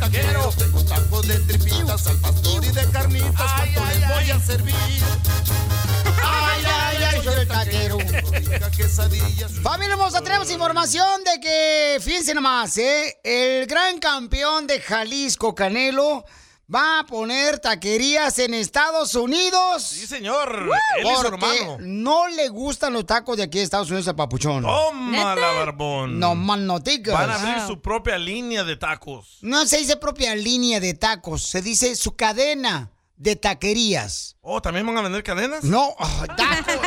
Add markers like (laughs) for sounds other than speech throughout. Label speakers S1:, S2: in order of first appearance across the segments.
S1: taquero.
S2: Tengo tacos de tripitas al pastor y de carnitas.
S1: Ay,
S2: ¿Cuánto
S1: ay,
S2: les voy
S1: ay.
S2: a servir?
S3: Ay, ay, ay, soy el taquero.
S2: Rica quesadilla.
S3: Familia hermosa, tenemos información de que, fíjense nomás, ¿eh? el gran campeón de Jalisco, Canelo, va a poner taquerías en Estados Unidos.
S1: Sí, señor. Él y su
S3: Porque
S1: hermano.
S3: no le gustan los tacos de aquí de Estados Unidos al papuchón.
S1: Toma la barbón.
S3: No más no digas.
S1: Van a abrir su propia línea de tacos.
S3: No se dice propia línea de tacos, se dice su cadena de taquerías.
S1: Oh, ¿también van a vender cadenas?
S3: No, (laughs) ah, tacos.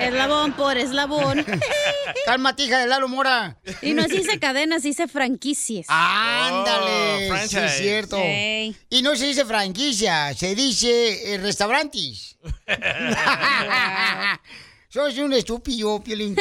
S4: Eslabón por eslabón.
S3: (laughs) Cálmate, hija de Lalo Mora.
S4: Y no se dice cadenas, se dice franquicias.
S3: Ándale,
S1: Oh,
S3: sí
S1: franchise.
S3: es cierto.
S4: Ey.
S3: Y no se dice franquicia, se dice eh, restaurantes. Soy un estúpido, Piolín.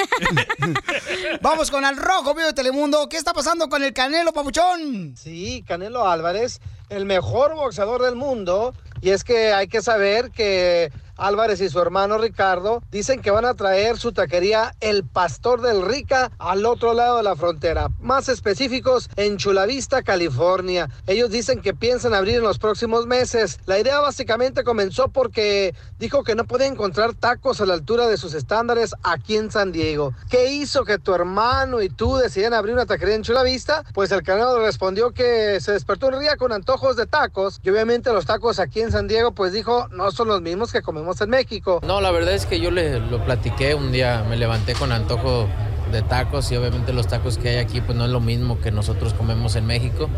S3: (laughs) Vamos con el rojo, vivo de Telemundo. ¿Qué está pasando con el Canelo, papuchón?
S5: Sí, Canelo Álvarez, el mejor boxeador del mundo. Y es que hay que saber que Álvarez y su hermano Ricardo dicen que van a traer su taquería El Pastor del Rica al otro lado de la frontera. Más específicos, en Chulavista, California. Ellos dicen que piensan abrir en los próximos meses. La idea básicamente comenzó porque dijo que no podía encontrar tacos a la altura de sus estándares aquí en San Diego. ¿Qué hizo que tu hermano y tú decidieran abrir una taquería en Chula Vista? Pues el Canelo respondió que se despertó un día con antojos de tacos y obviamente los tacos aquí en San Diego pues dijo no son los mismos que comemos en México.
S6: No, la verdad es que yo le, lo platiqué un día, me levanté con antojo de tacos y obviamente los tacos que hay aquí pues no es lo mismo que nosotros comemos en México.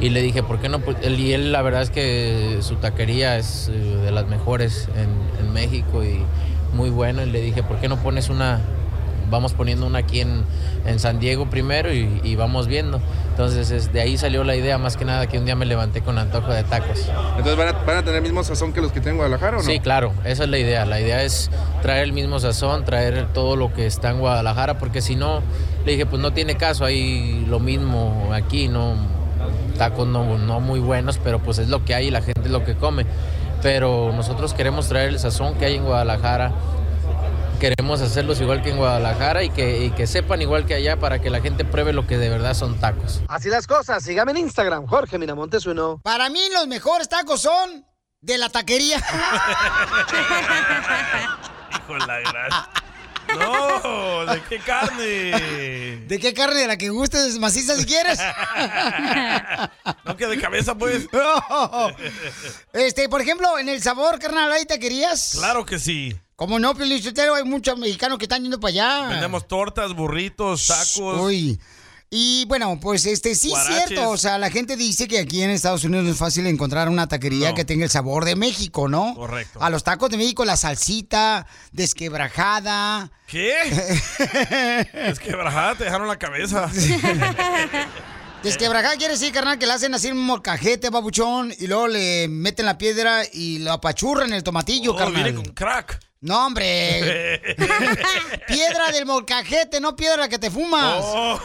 S6: Y le dije, ¿por qué no? Pues, él- y él la verdad es que su taquería es eh, de las mejores en, en México y muy buena. Y le dije, ¿por qué no pones una, vamos poniendo una aquí en, en San Diego primero y, y vamos viendo? Entonces es- de ahí salió la idea más que nada que un día me levanté con antojo de tacos.
S7: Entonces, ¿van a, van a tener el mismo sazón que los que tienen en Guadalajara o no?
S6: Sí, claro, esa es la idea. La idea es traer el mismo sazón, traer todo lo que está en Guadalajara, porque si no, le dije, pues no tiene caso, hay lo mismo aquí, no tacos no, no muy buenos, pero pues es lo que hay y la gente es lo que come. Pero nosotros queremos traer el sazón que hay en Guadalajara, queremos hacerlos igual que en Guadalajara y que, y que sepan igual que allá para que la gente pruebe lo que de verdad son tacos.
S5: Así las cosas, sígame en Instagram, Jorge Miramontes uno.
S3: Para mí los mejores tacos son de la
S5: (laughs)
S3: taquería.
S1: (laughs) Hijo de la gran. No, ¿de qué
S3: (laughs)
S1: carne?
S3: ¿De qué carne? ¿De la que gustes maciza si quieres?
S1: No, que de cabeza,
S3: (laughs)
S1: pues.
S3: Oh. este, por ejemplo, en El Sabor, carnal, ¿hay taquerías?
S1: Claro que sí.
S3: Como no, Piolín Sotelo, hay muchos mexicanos que están yendo para allá.
S1: Vendemos tortas, burritos, tacos.
S3: Ah. Uy. Y bueno, pues este sí es
S1: Guaraches.
S3: cierto, o sea, la gente dice que aquí en Estados Unidos es fácil encontrar una taquería
S1: No.
S3: que tenga el sabor de México, ¿no?
S2: (laughs)
S1: Correcto.
S3: A los tacos de México, la salsita, desquebrajada.
S1: ¿Qué? es que brajada, te dejaron la
S3: (laughs)
S1: cabeza.
S3: (laughs) Desquebrajada quiere decir, carnal, que la hacen así en un molcajete, babuchón, y luego le meten la piedra y lo apachurran el tomatillo,
S1: Todo
S3: carnal.
S1: Oh, viene con crack.
S3: No, hombre,
S1: (laughs)
S3: piedra del molcajete, no piedra que te fumas.
S1: Oh.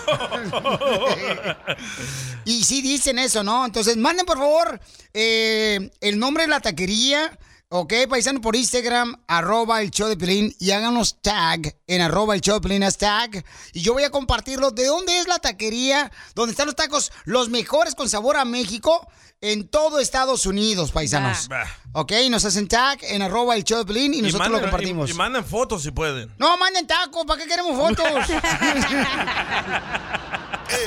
S3: Y sí dicen eso, ¿no? Entonces, manden por favor eh, el nombre de la taquería, ¿ok? Paisano por Instagram, arroba el show de Pelín, y háganos tag en arroba el show de Pelín, hashtag. Y yo voy a compartirlo. ¿De dónde es la taquería? ¿Dónde están los tacos? Los mejores con sabor a México en todo Estados Unidos, paisanos.
S1: Bah.
S3: ¿Ok? Y nos hacen tag en arroba el show de Pelín y nosotros lo
S1: manden-
S3: compartimos.
S1: Y, y manden fotos si pueden.
S3: no, manden tacos, ¿para qué queremos fotos?
S1: (laughs)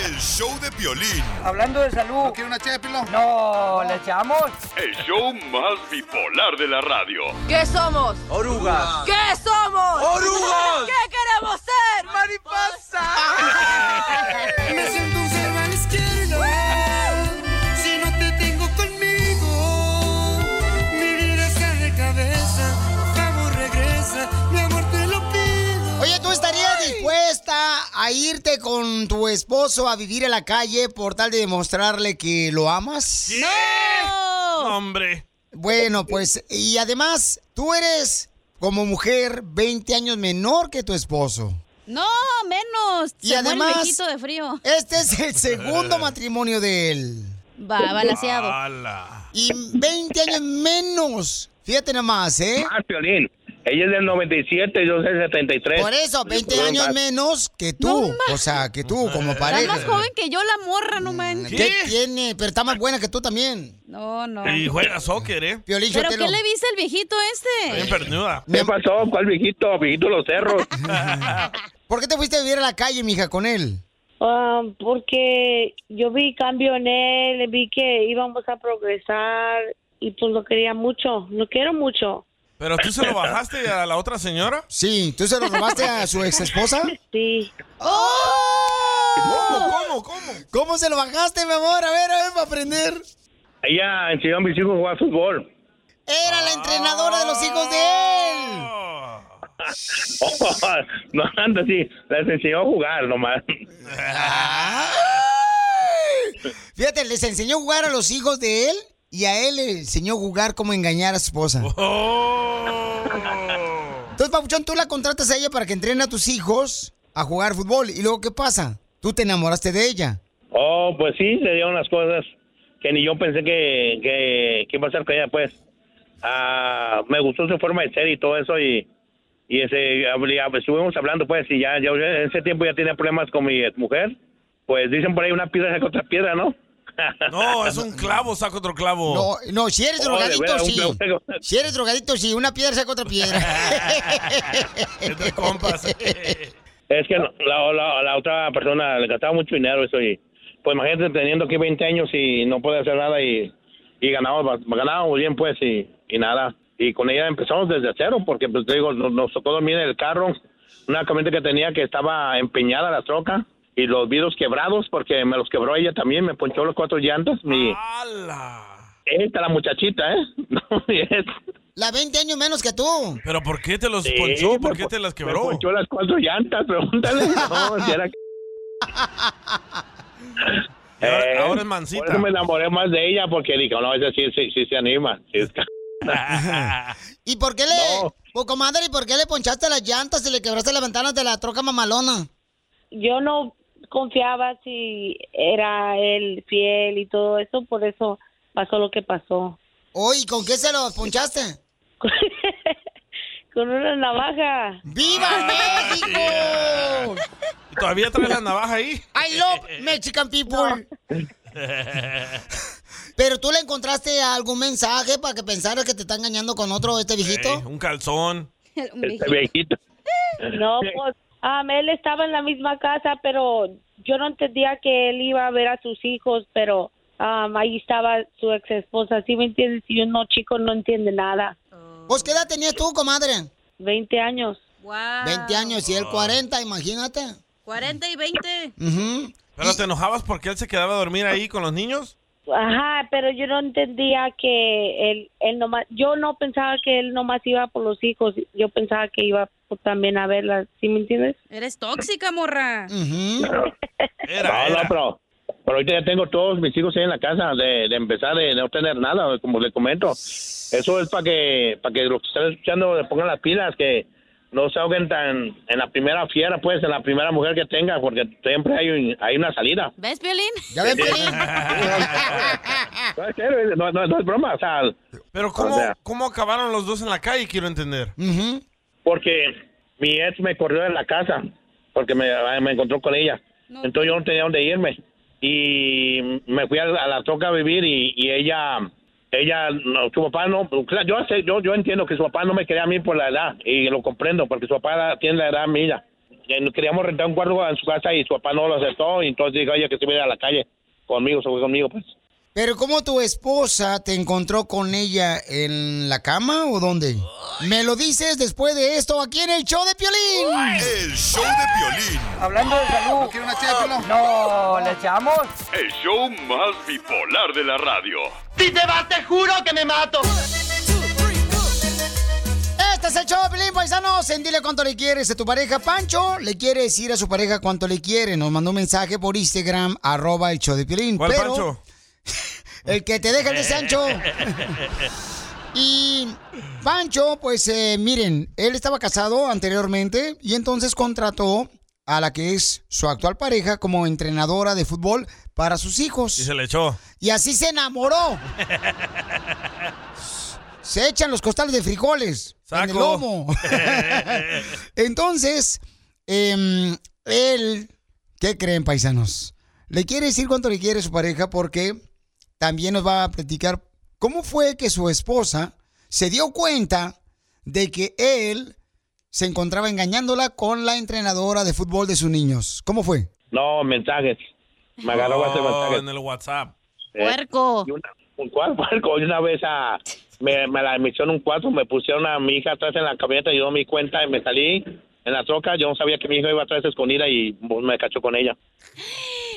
S8: El show de violín.
S9: Hablando de salud,
S7: ¿Quiere una chépilo?
S9: no, ¿le echamos?
S10: El show más bipolar de la radio.
S11: ¿Qué somos? Orugas. ¿Qué somos? Orugas. ¿Qué queremos ser? (laughs) Mariposa.
S9: Me siento un cero a la izquierda, si no te tengo conmigo. Mi vida está de cabeza, vamos, regresa, mi amor te lo pido.
S3: Oye, ¿tú estarías dispuesta a irte con tu esposo a vivir en la calle por tal de demostrarle que lo amas?
S1: No, hombre.
S3: Bueno, pues, y además, tú eres como mujer 20 años menor que tu esposo.
S4: No, menos.
S3: Y
S4: Se muere
S3: además-
S4: el viejito de frío.
S3: Este es
S4: (laughs)
S3: el
S1: (laughs)
S3: segundo matrimonio de él.
S4: Va, balanceado.
S1: Ala.
S3: Y 20 años menos. Fíjate nomás, ¿eh?
S12: Más violín. Ella es del 97, yo soy del 73.
S3: Por eso, 20
S12: Fueron
S3: años
S12: más.
S3: menos que tú. o sea, que tú como
S4: Está
S3: pareja.
S4: más joven que yo, la morra, no manches.
S3: Mm, ¿Qué tiene? Pero está más buena que tú también.
S4: No, no.
S1: Y juega soccer, ¿eh?
S3: Violín,
S4: ¿Pero qué le viste al viejito
S1: Bien
S4: este?
S1: pernuda.
S12: ¿Qué pasó? ¿Cuál viejito? Viejito los
S1: (laughs)
S12: cerros.
S3: ¿Por qué te fuiste a vivir a la calle, mija, con él?
S13: Ah, porque yo vi cambio en él, vi que íbamos a progresar y pues lo quería mucho, lo quiero mucho.
S1: ¿Pero tú se lo bajaste a la otra señora?
S3: Sí, ¿tú se lo robaste a su ex esposa?
S13: Sí.
S1: ¿Cómo, cómo?
S3: ¡Oh! ¿Cómo se lo bajaste, mi amor? A ver, a ver, para aprender.
S12: Ella enseñó a mis hijos a jugar fútbol. (laughs)
S3: Era la entrenadora de los hijos de él.
S12: no anda así, les enseñó a jugar nomás.
S3: Fíjate, les enseñó a jugar a los hijos de él y a él le enseñó a jugar cómo engañar a su esposa.
S1: Oh.
S3: Entonces, Papuchón, tú la contratas a ella para que entrene a tus hijos a jugar fútbol. ¿Y luego qué pasa? Tú te enamoraste de ella.
S12: Oh, pues sí, se dieron las cosas que ni yo pensé que, que, que iba a ser con ella, pues. Ah, me gustó su forma de ser y todo eso y, y ese, habl- hab- estuvimos hablando, pues, y ya, ya en ese tiempo ya tenía problemas con mi mujer. Pues dicen por ahí una piedra saca otra piedra, ¿no? (laughs)
S1: No, es un clavo, saca otro clavo.
S3: No, no, si eres
S1: Oh, de
S3: drogadito,
S1: veras, un
S3: sí.
S1: clavo.
S3: Si eres drogadito, sí. Una piedra saca otra
S1: (laughs)
S3: piedra.
S8: (laughs)
S12: Es que la, la- la otra persona le gastaba mucho dinero eso y pues imagínate teniendo aquí 20 años y no puede hacer nada y, y ganamos, ba- ganábamos bien pues y, y nada. Y con ella empezamos desde cero porque pues te digo, nos, nos tocó dormir en el carro, una camioneta que tenía que estaba empeñada la troca y los vidrios quebrados porque me los quebró ella también, me ponchó los cuatro llantas. Mi,
S3: Ah.
S12: esta la muchachita, ¿eh? No, y es-
S3: La 20 años menos que tú.
S1: ¿Pero por qué te los
S12: Sí,
S1: ponchó? ¿Por
S12: me
S1: qué
S12: pon-
S1: te las
S12: me
S1: quebró?
S12: ponchó las cuatro llantas, pregúntale.
S1: (laughs)
S12: No, si era
S1: Y ahora-
S12: Eh,
S1: ahora es mansita.
S12: Por eso me enamoré más de ella porque dije, no, esa sí, sí, sí se anima. sí es
S1: (laughs)
S12: ca-
S3: ¿Y por qué le... Oh, comadre, ¿y por qué le ponchaste las llantas y le quebraste las ventanas de la troca mamalona?
S13: Yo (laughs) no confiaba si era él fiel y todo eso, por eso pasó lo que pasó.
S3: Oye, ¿con qué se lo ponchaste?
S13: Con una navaja.
S3: ¡Viva
S13: Ah.
S3: México!
S1: ¿Todavía traes la navaja ahí?
S3: I love
S9: (laughs)
S3: Mexican people. Pero tú le encontraste algún mensaje para que pensara que te está engañando con otro este viejito.
S1: Ey, un calzón.
S12: Este viejito.
S13: No, pues am, él estaba en la misma casa, pero yo no entendía que él iba a ver a sus hijos, pero am, ahí estaba su ex esposa. ¿Sí me entiendes? Y uno chico no entiende nada.
S3: ¿Vos Pues, qué edad tenías tú, comadre?
S13: 20 años.
S4: Wow.
S3: 20 años y él
S1: Ah.
S3: 40, imagínate.
S4: 40 y 20.
S12: pues.
S1: ¿Pero te enojabas porque él se quedaba a dormir ahí con los niños?
S13: Ajá, pero yo no entendía que él, él nomás, yo no pensaba que él nomás iba por los hijos, yo pensaba que iba pues, también a verla, ¿sí me entiendes?
S4: Eres tóxica, morra.
S12: no, no, pero, pero ahorita ya tengo todos mis hijos ahí en la casa de, de empezar de no tener nada, como le comento. Eso es para que, para que los que están escuchando le pongan las pilas, que no se ahoguen tan en la primera fiera, pues, en la primera mujer que tengan, porque siempre hay, un- hay una salida.
S4: ¿Ves, Piolín? (laughs)
S3: ¿Ya ves, Piolín?
S12: No es, serio, no- no- no es broma, o sea,
S1: Pero ¿cómo,
S12: O sea.
S1: ¿cómo acabaron los dos en la calle? Quiero entender.
S3: Mm.
S12: porque mi ex me corrió de la casa porque me, ah, me encontró con ella. Entonces yo no tenía dónde irme y me fui a, la- a la troca a vivir y, y ella ella no, su papá no claro, yo sé- yo yo entiendo que su papá no me quería a mí por la edad y lo comprendo porque su papá era- tiene la edad mía. Y nos Queríamos rentar un cuarto en su casa y su papá no lo aceptó y entonces dije, "Oye, que se vaya a la calle conmigo, se fue conmigo pues."
S3: Pero ¿cómo tu esposa te encontró con ella en la cama o dónde? Me lo dices después de esto aquí en el show de Piolín.
S8: El show de violín.
S9: Hablando de salud. ¿No una No, ¿le echamos?
S10: El show más bipolar de la radio.
S9: Si te vas, te juro que me mato.
S3: Este es el show de Piolín, paisanos. En Dile cuánto le quieres a tu pareja. Pancho le quiere decir a su pareja cuánto le quiere. Nos mandó un mensaje por Instagram, arroba el show de Piolín.
S1: ¿Cuál
S3: Pero
S1: Pancho?
S3: El que te deja el de
S1: (laughs)
S3: Sancho. Y Pancho, pues eh, miren, él estaba casado anteriormente y entonces contrató a la que es su actual pareja como entrenadora de fútbol para sus
S1: Y
S3: hijos.
S1: (laughs) se le echó.
S3: Y así se enamoró. se echan los costales de frijoles en el
S9: Saco.
S1: (laughs)
S3: lomo. Entonces, em, él, ¿qué creen, paisanos? Le quiere decir cuánto le quiere su pareja porque también nos va a platicar cómo fue que su esposa se dio cuenta de que él se encontraba engañándola con la entrenadora de fútbol de sus niños. ¿Cómo fue?
S12: No, mensajes. Me agarró
S1: Oh,
S12: hace mensajes.
S1: en el WhatsApp.
S12: Puerco. un cuarto, puerco. Y una vez ah, me, me la emitieron un cuarto, me pusieron a mi hija atrás en la camioneta, yo me di cuenta y me salí en la troca. Yo no sabía que mi hija iba atrás escondida y pues, me cachó con ella.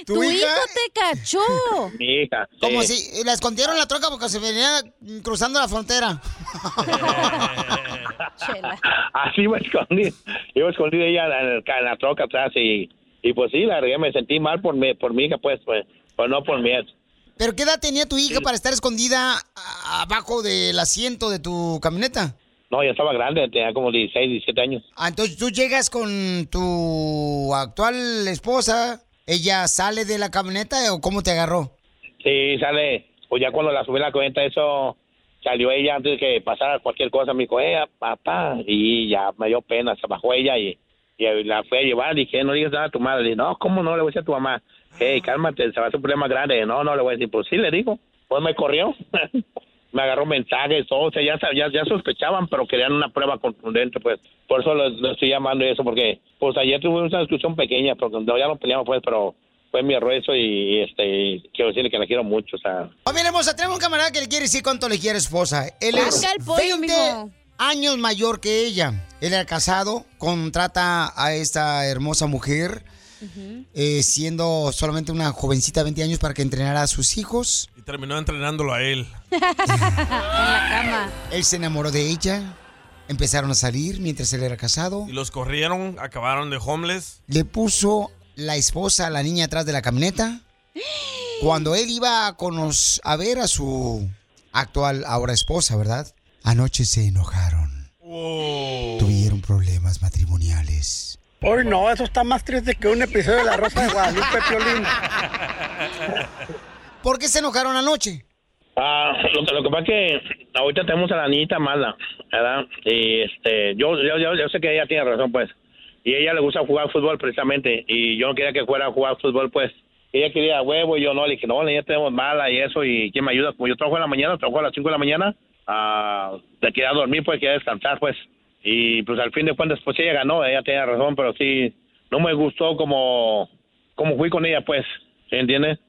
S3: ¿Tu, hija? Eh.
S12: te cachó?
S3: (laughs)
S12: mi hija. sí.
S3: Como si la escondieron en la troca porque se venía mm, cruzando la frontera.
S12: Así me escondí. Iba escondida ella en, el ca- en la troca atrás y, y pues sí, la regué, me sentí mal por mi, por mi hija, pues, pues, pues no por mi ex.
S3: ¿Pero qué edad tenía tu hija para estar escondida a- abajo del asiento de tu camioneta?
S12: No, ya estaba grande, tenía como 16, 17 años.
S3: Ah, entonces tú llegas con tu actual esposa, ¿ella sale de la camioneta o cómo te agarró?
S12: Sí, sale. Pues ya cuando la subí a la cuenta, eso salió ella antes de que pasara cualquier cosa. Me dijo, eh, papá. Y ya me dio pena, se bajó ella y, y la fue a llevar. Dije, no le digas nada a tu madre. Le dije, no, ¿cómo no? Le voy a decir a tu mamá. Hey, cálmate, se va a hacer un problema grande. No, no, le voy a decir, pues sí, le digo. Pues me corrió. (laughs) me agarró mensajes, todo. O sea, ya, sab- ya, ya sospechaban, pero querían una prueba contundente, pues. Por eso lo, lo estoy llamando y eso, porque pues ayer tuvimos una discusión pequeña, porque no, ya no peleamos, pues, pero fue mi error eso y, y, este y quiero decirle que la quiero mucho, o sea.
S3: Oh, mira, hermosa, tenemos un camarada que le quiere decir cuánto le quiere a su esposa. Él es
S4: Saca el pollo,
S3: 20
S4: mijo.
S3: años mayor que ella. Él era casado, contrata a esta hermosa mujer, eh, siendo solamente una jovencita de 20 años para que entrenara a sus hijos.
S1: Y terminó entrenándolo a él.
S3: Él se enamoró de ella, empezaron a salir mientras él era casado.
S1: Y los corrieron, acabaron de homeless.
S3: Le puso la esposa a la niña atrás de la camioneta. Cuando él iba a, conos- a ver a su actual ahora esposa, ¿verdad? Anoche se enojaron. Tuvieron problemas matrimoniales.
S14: Hoy no, eso está más triste que un episodio de La Rosa de Guadalupe, Piolín.
S3: ¿Por qué se enojaron anoche?
S12: Ah, lo, que- lo que pasa es que ahorita tenemos a la niñita mala, ¿verdad? Y este, yo, yo, yo, yo sé que ella tiene razón, pues. Y ella le gusta jugar fútbol precisamente. Y yo no quería que fuera a jugar fútbol, pues. Ella quería huevo y yo no. Le dije, no, la niña tenemos mala y eso. ¿Y quién me ayuda? Como yo trabajo en la mañana, trabajo a las 5 de la mañana. Ah, le quería dormir, pues, quería descansar, pues. Y pues al fin de cuentas, pues ella ganó. Ella tenía razón, pero sí, no me gustó como, como fui con ella, pues. ¿Entiendes?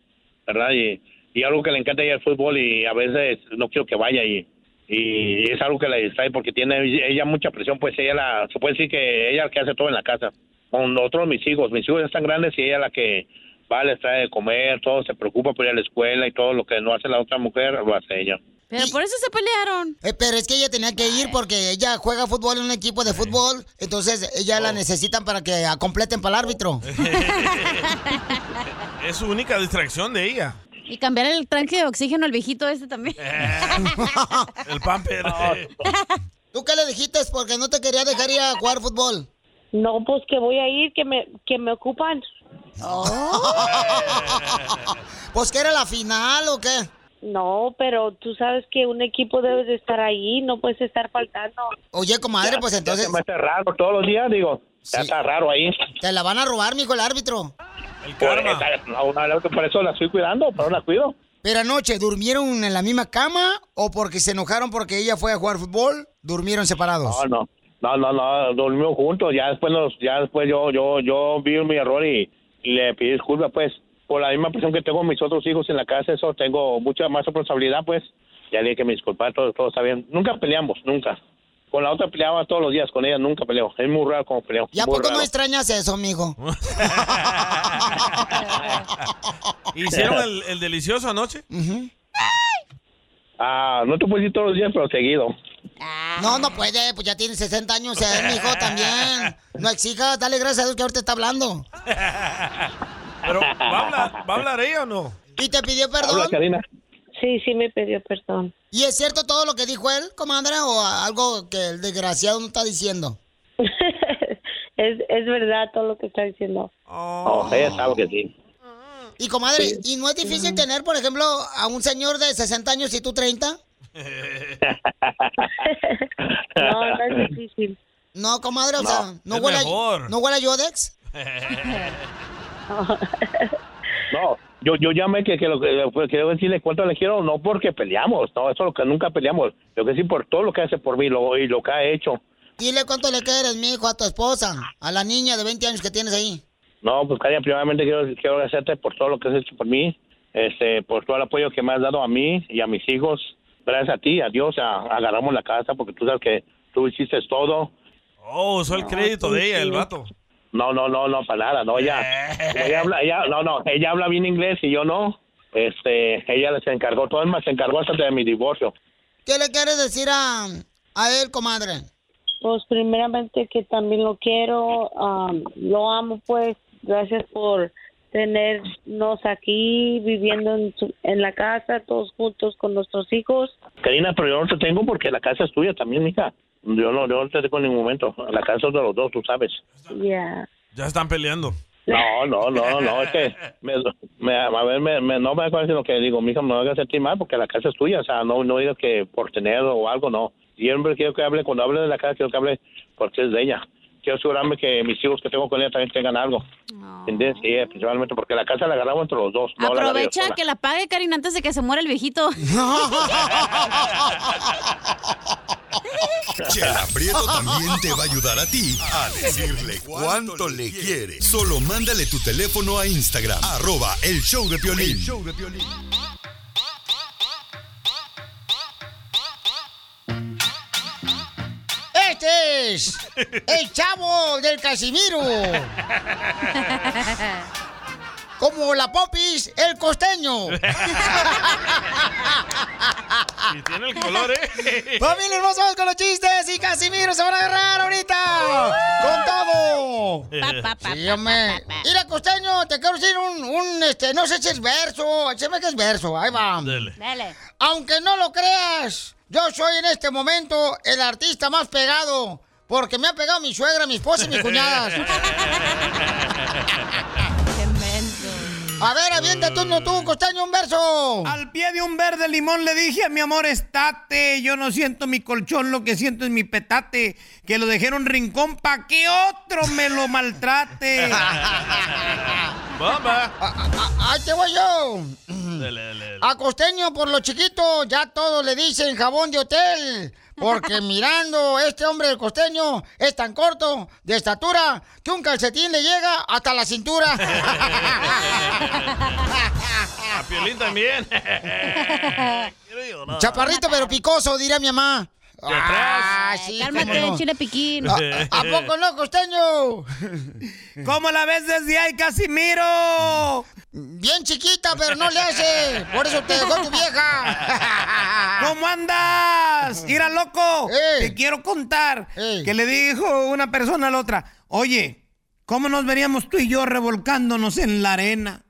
S12: ¿verdad? Y, y algo que le encanta ella el fútbol y a veces no quiero que vaya y, y es algo que le distrae porque tiene ella mucha presión, pues ella la, se puede decir que ella es la que hace todo en la casa. Con otros mis hijos, mis hijos ya están grandes y ella es la que va, les trae de comer, todo, se preocupa por ir a la escuela y todo lo que no hace la otra mujer lo hace ella.
S4: Pero por eso se pelearon.
S3: Eh, pero es que ella tenía que ir porque ella juega fútbol en un equipo de fútbol, entonces ella
S14: Oh.
S3: la necesitan para que ah, completen para el árbitro.
S14: Eh.
S1: Es su única distracción de ella.
S4: Y cambiar el tranque de oxígeno al viejito este también.
S1: El pamper.
S3: ¿Tú qué le dijiste? Porque no te quería dejar ir a jugar fútbol.
S13: No, pues que voy a ir, que me, que me ocupan.
S3: Oh. pues que era la final o qué?
S13: No, pero tú sabes que un equipo debe de estar ahí, no puedes estar faltando.
S3: Oye, comadre, pues
S12: Ya
S3: entonces...
S12: se me hace raro todos los días, digo, ya está raro ahí.
S3: Te la van a robar, mijo, el árbitro.
S12: Por, esa- no, no, por eso la estoy cuidando, pero la cuido.
S3: Pero anoche, ¿durmieron en la misma cama o porque se enojaron porque ella fue a jugar fútbol? ¿Durmieron separados?
S12: No, no. No, no, no, dormimos juntos. Ya después nos, ya después yo, yo, yo vi mi error y, y le pedí disculpas, pues. Por la misma presión que tengo mis otros hijos en la casa, eso tengo mucha más responsabilidad, pues. Ya le dije que me disculpa, todo, todo está bien. Nunca peleamos, nunca. Con la otra peleaba todos los días, con ella nunca peleo. Es muy raro como peleo.
S3: ¿Y a
S12: muy
S3: poco no
S12: raro.
S3: extrañas eso, mijo?
S1: ¿Hicieron el, el delicioso anoche?
S12: Ah, no te puedo decir todos los días, pero
S3: (laughs)
S12: seguido.
S3: No, no puede, pues ya tiene 60 años, o sea, mijo, también. No exijas, dale gracias a Dios que ahorita está hablando.
S1: (laughs) Pero, ¿va a hablar, va a hablar ella o no?
S3: ¿Y te pidió perdón?
S12: Habla, Karina.
S13: Sí, sí me pidió perdón.
S3: ¿Y es cierto todo lo que dijo él, comadre, o algo que el desgraciado no está diciendo?
S13: Es, es verdad todo lo que está diciendo.
S12: Oh, ella sabe que sí.
S3: (laughs) Y comadre, ¿y no es difícil tener, por ejemplo, a un señor de 60 años y tú 30?
S15: No, no es difícil.
S3: No, comadre, o sea,
S15: No,
S3: no
S15: es
S3: huele, a,
S12: mejor.
S3: no huele a Yodex.
S12: No, yo, yo llamé que, que lo que pues, quiero decirle cuánto le quiero, no porque peleamos, no, eso es lo que nunca peleamos, lo que sí por todo lo que hace por mí lo, y lo que ha hecho.
S3: Dile cuánto le quieres, mi hijo, a tu esposa, a la niña de 20 años que tienes ahí.
S12: No, pues Karen, primeramente quiero, quiero agradecerte por todo lo que has hecho por mí, este, por todo el apoyo que me has dado a mí y a mis hijos. Gracias a ti, a Dios, a- agarramos la casa porque tú sabes que tú hiciste todo.
S1: Oh, usó el crédito de ella, el vato. Eh.
S12: No, no, no, no, para nada, no, ella, como ella habla, ella, no, no, ella habla bien inglés y yo no. Este, ella se encargó, todo el más se encargó hasta de mi divorcio.
S3: ¿Qué le quieres decir a, a él, comadre?
S15: Pues primeramente que también lo quiero, am, lo amo pues, gracias por tenernos aquí viviendo en, su- en la casa todos juntos con nuestros hijos.
S12: Karina, pero yo no te tengo porque la casa es tuya también, hija. Yo no, yo no te tengo en ningún momento. La casa es de los dos, tú sabes.
S15: Ya.
S1: Ya están peleando.
S12: No, no, no, no, es que me, me- a ver, me, me- no me acuerdo sino que digo, mija, no me hagas sentir mal porque la casa es tuya, o sea, no, no digas que por tener o algo, no. Siempre quiero que hable, cuando hable de la casa, quiero que hable porque es de ella. Quiero asegurarme que mis hijos que tengo con ella también tengan algo. ¿Entiendes? Sí, eh, principalmente porque la casa la agarramos entre los dos. no la agarré yo
S4: Aprovecha
S12: sola.
S4: que la pague, Karina, antes de que se muera el
S3: (laughs)
S4: viejito.
S8: Chela Prieto también te va a ayudar a ti a decirle cuánto le quiere. Solo mándale tu teléfono a Instagram, arroba el show de Piolín.
S3: Este es el chavo del Casimiro. Como la popis, el
S15: (laughs)
S3: costeño.
S1: Y tiene el color, ¿eh?
S3: (laughs) Familia hermosa, vamos con los chistes y Casimiro se van a agarrar ahorita. ¡Con todo! (laughs) Sí, hombre. Mira, costeño, te quiero decir un, un, este, no sé si es verso, se ve que es verso, ahí va.
S4: Dale.
S3: Aunque no lo creas, yo soy en este momento el artista más pegado, porque me ha pegado mi suegra, mi esposa y mis (laughs) cuñadas.
S16: (laughs)
S3: A ver, aviéntate uno tú, costeño, un verso.
S13: Al pie de un verde limón le dije a mi amor, estate. Yo no siento mi colchón, lo que siento es mi petate. Que lo dejé en un rincón pa' que otro me lo
S3: eh.
S1: (laughs)
S9: (laughs)
S13: maltrate.
S3: (laughs) Ah, ahí te voy yo. A Costeño, por lo chiquito, ya todos le dicen jabón de hotel. Porque mirando, este hombre del costeño es tan corto, de estatura, que un calcetín le llega hasta la cintura.
S1: A Piolín también.
S3: Chaparrito pero picoso, dirá mi mamá.
S1: De atrás.
S3: Ah, sí,
S13: cálmate,
S3: cómo no.
S13: chile piquín.
S3: ¿A, a poco no, costeño?
S13: (laughs) ¿Cómo la ves desde ahí, Casimiro?
S3: Bien chiquita, pero no le hace. Por eso te dejó tu vieja.
S13: (laughs) ¿Cómo andas? Mira, loco. Te quiero contar que le dijo una persona a la otra, oye, ¿cómo nos veríamos tú y yo revolcándonos en la arena?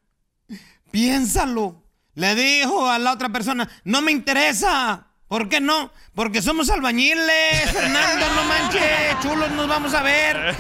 S13: Piénsalo. Le dijo a la otra persona, no me interesa. ¿Por qué no? Porque somos albañiles, Fernando, no manches, chulos nos vamos a ver.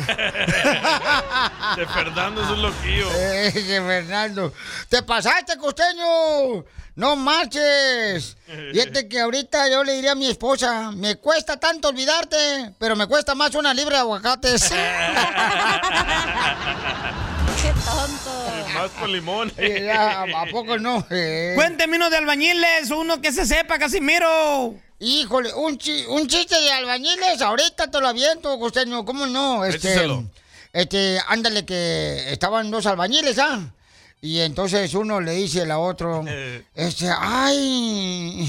S1: De Fernando es un loquillo.
S3: Ese Eh, Fernando. Te pasaste, costeño. No marches. Fíjate que ahorita yo le diría a mi esposa, me cuesta tanto olvidarte, pero me cuesta más una libra de
S1: (laughs)
S3: aguacates.
S1: Qué tonto. más con limón.
S3: Ya, ¿A poco no?
S13: (laughs)
S3: Eh.
S13: Cuénteme uno de albañiles, uno que se sepa, Casimiro.
S3: Híjole, un, chi- un chiste de albañiles, ahorita te lo aviento, costeño, ¿cómo no? Este,
S9: Échaselo.
S3: este, ándale que estaban dos albañiles, ¿ah? Y entonces uno le dice al otro, este, ay,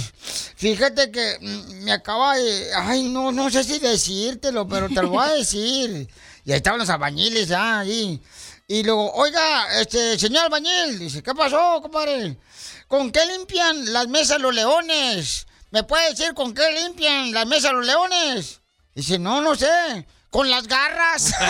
S3: fíjate que mm, me acaba de, ay, no, no sé si decírtelo, pero te lo voy a decir. Y ahí estaban los albañiles, ¿ah? Ahí. Y luego, oiga, este, señor albañil, dice, ¿qué pasó, compadre? ¿Con qué limpian las mesas los leones? ¿Me puede decir con qué limpian las mesas los leones? Dice, no, no sé. Con las garras. (laughs)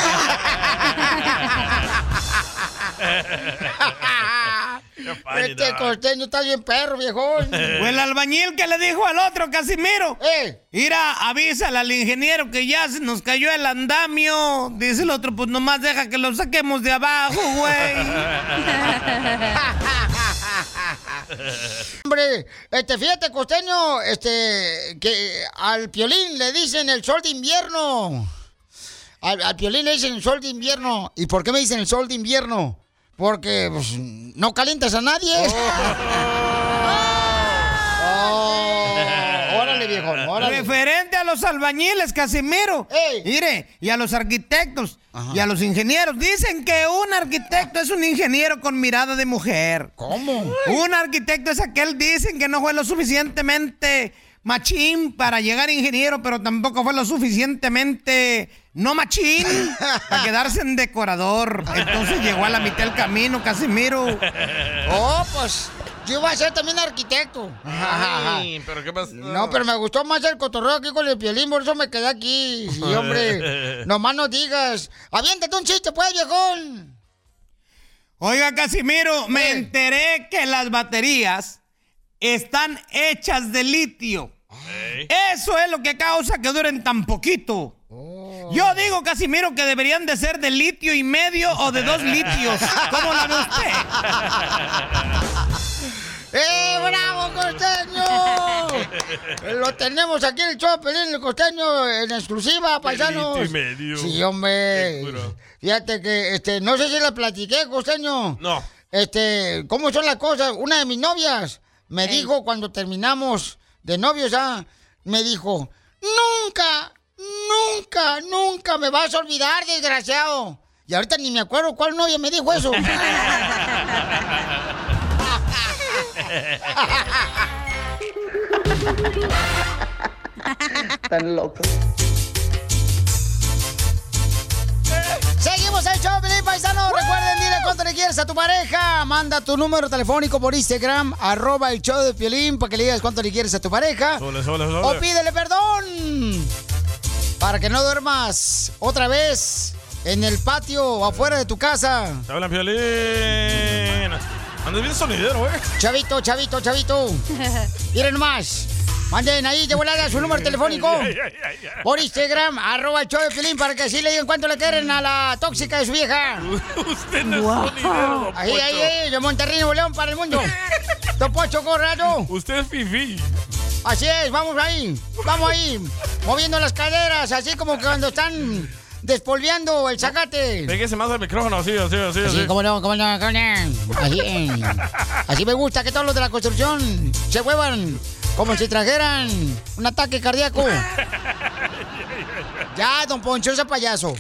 S3: este costeño está bien perro, viejón.
S13: O el albañil que le dijo al otro, Casimiro.
S3: Eh.
S13: Mira, avísale al ingeniero que ya se nos cayó el andamio. Dice el otro, pues nomás deja que lo saquemos de abajo, güey.
S3: Hombre, este, fíjate, costeño, este, que al piolín le dicen el sol de invierno. Al, al piolín le dicen el sol de invierno. ¿Y por qué me dicen el sol de invierno? Porque pues, no calientas a nadie. Oh, (laughs) órale, viejo, órale.
S17: Referente a los albañiles, Casimiro. Mire, y a los arquitectos y a los ingenieros. Dicen que un arquitecto es un ingeniero con mirada de mujer.
S3: ¿Cómo?
S17: Un arquitecto es aquel, dicen que no fue lo suficientemente machín para llegar ingeniero, pero tampoco fue lo suficientemente
S3: (laughs)
S17: no machín para quedarse en decorador. Entonces llegó a la mitad del camino, Casimiro.
S3: Oh, pues (laughs) yo iba a ser también arquitecto.
S1: Ay, pues. pero qué pasó.
S3: No, pero me gustó más el cotorreo aquí con el piolín, por eso me quedé aquí. Sí, hombre, nomás no digas. Aviéntate un chiste, pues, viejón.
S17: Oiga, Casimiro, me enteré que las baterías están hechas de litio. Eso es lo que causa que duren tan poquito.
S3: Oh.
S17: Yo digo, Casimiro, que deberían de ser de litio y medio o de dos litios. ¿Cómo la ve usted?
S3: ¡Eh, bravo,
S1: (laughs)
S3: costeño! Lo tenemos aquí en el show, Pelín, el costeño, en exclusiva, paisanos.
S1: Pelito y medio.
S3: Sí, hombre.
S1: Te juro.
S3: Fíjate que, este, no sé si la platiqué, costeño.
S1: No.
S3: Este, ¿cómo son las cosas? Una de mis novias me dijo cuando terminamos de novios, ah, me dijo, nunca, nunca, nunca me vas a olvidar, desgraciado. Y ahorita ni me acuerdo cuál novia me dijo
S1: (laughs)
S3: eso.
S9: Tan loco.
S3: Seguimos el show, Pelín Paisano. Recuerden, dile cuánto le quieres a tu pareja. Manda tu número telefónico por Instagram, arroba el show de Piolín, para que le digas cuánto le quieres a tu pareja.
S1: Sole, sole, sole.
S3: O pídele perdón. Para que no duermas otra vez en el patio o afuera de tu casa.
S1: Te hablan, Piolín. Andas bien sonidero, eh.
S3: Chavito, chavito, chavito. Miren más. Manden ahí de volada su número telefónico. Por Instagram, arroba el show de Piolín, para que así le digan cuánto le quieren a la tóxica de su vieja. Usted
S9: no es Guau. sonidero, don
S3: Ahí,
S9: Poncho.
S3: ahí, ahí, de Monterrey, Nuevo León, para el mundo. Don Pocho Corrado.
S1: Usted es fifí.
S3: Así es, vamos ahí, vamos ahí, moviendo las caderas, así como que cuando están despolviando el zacate.
S1: Pégase más al micrófono, así, así, así.
S3: Así,
S1: así.
S3: Pues cómo no, cómo no, cómo no. Pues Así, así me gusta que todos los de la construcción se huevan como si trajeran un ataque cardíaco. Ya, don Poncho, ese payaso.